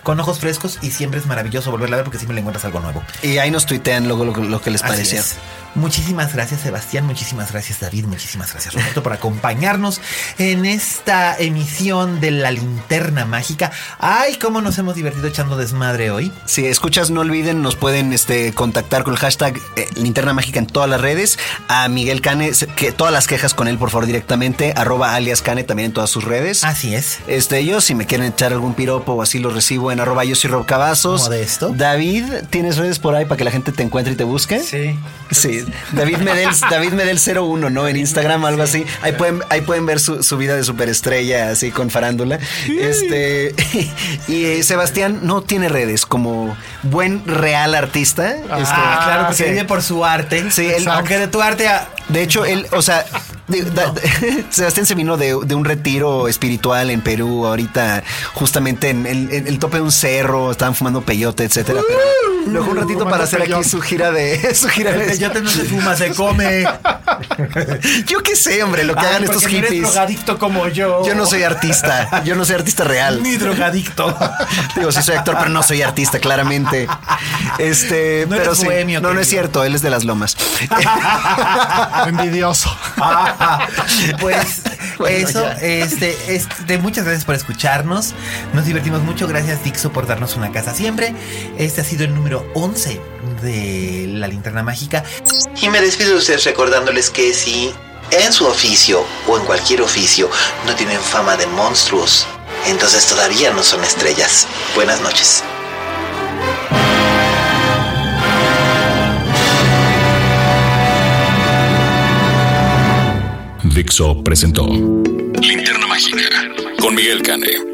S3: con ojos frescos y siempre es maravilloso volverla a ver porque siempre le encuentras algo nuevo.
S4: Y ahí nos tuitean luego lo, que- lo que les
S3: Así
S4: pareció.
S3: es. Muchísimas gracias Sebastián, muchísimas gracias David, muchísimas gracias Roberto por acompañarnos en esta emisión de la linterna mágica. Ay, cómo nos hemos divertido echando desmadre hoy.
S4: Si escuchas, no olviden, nos pueden este, contactar con el hashtag eh, Linterna Mágica en todas las redes. A Miguel Cane, se- que todas las quejas con él, por favor, directamente. Arroba alias Cane también en todas sus redes.
S3: Así es.
S4: Este, yo, si me quieren echar algún piropo o así, lo recibo en arroba yo soy Rob Cavazos.
S3: Modesto.
S4: David, ¿tienes redes por ahí para que la gente te encuentre y te busque?
S6: Sí.
S4: Sí, David Medel, David Medel 01, ¿no? En Instagram o algo así. Ahí pueden, ahí pueden ver su, su vida de superestrella así con farándula. Este (laughs) y eh, Sebastián no tiene redes como buen real artista. este,
S3: Ah, claro, porque
S4: sí.
S3: vive por su arte.
S4: Sí, él-
S3: aunque de tu arte a-
S4: De ah, hecho, él, o sea, de- da- (laughs) Sebastián se vino de, de un retiro espiritual en Perú, ahorita justamente en, en- en el tope de un cerro, estaban fumando peyote, etcétera. pero lo dejó un ratito para
S5: Fumando
S4: hacer aquí
S5: peyote.
S4: su gira de (laughs) su gira
S3: Uh, el
S4: de
S3: peyote Pues no se fuma, se
S4: (laughs)
S3: come.
S4: Yo qué sé, hombre, lo que
S3: Ay,
S4: hagan estos
S3: porque no eres
S4: hippies.
S3: drogadicto como yo.
S4: Yo no soy artista, yo no soy artista real.
S3: ni drogadicto.
S4: Digo, sí soy actor, pero no soy artista, claramente. Este,
S3: No eres
S4: pero sí.
S3: bohemio,
S4: no, no es
S3: querido.
S4: cierto, él
S3: (laughs)
S4: es de las lomas.
S5: Envidioso.
S3: (laughs) pues Eso, este, este, muchas gracias por escucharnos. Nos divertimos mucho. Gracias, Dixo, por darnos una casa siempre. Este ha sido el número 11 de La Linterna Mágica.
S1: Y me despido de ustedes recordándoles que si en su oficio o en cualquier oficio no tienen fama de monstruos, entonces todavía no son estrellas. Buenas noches.
S8: Dixo presentó Linterna Mágica con Miguel Cane.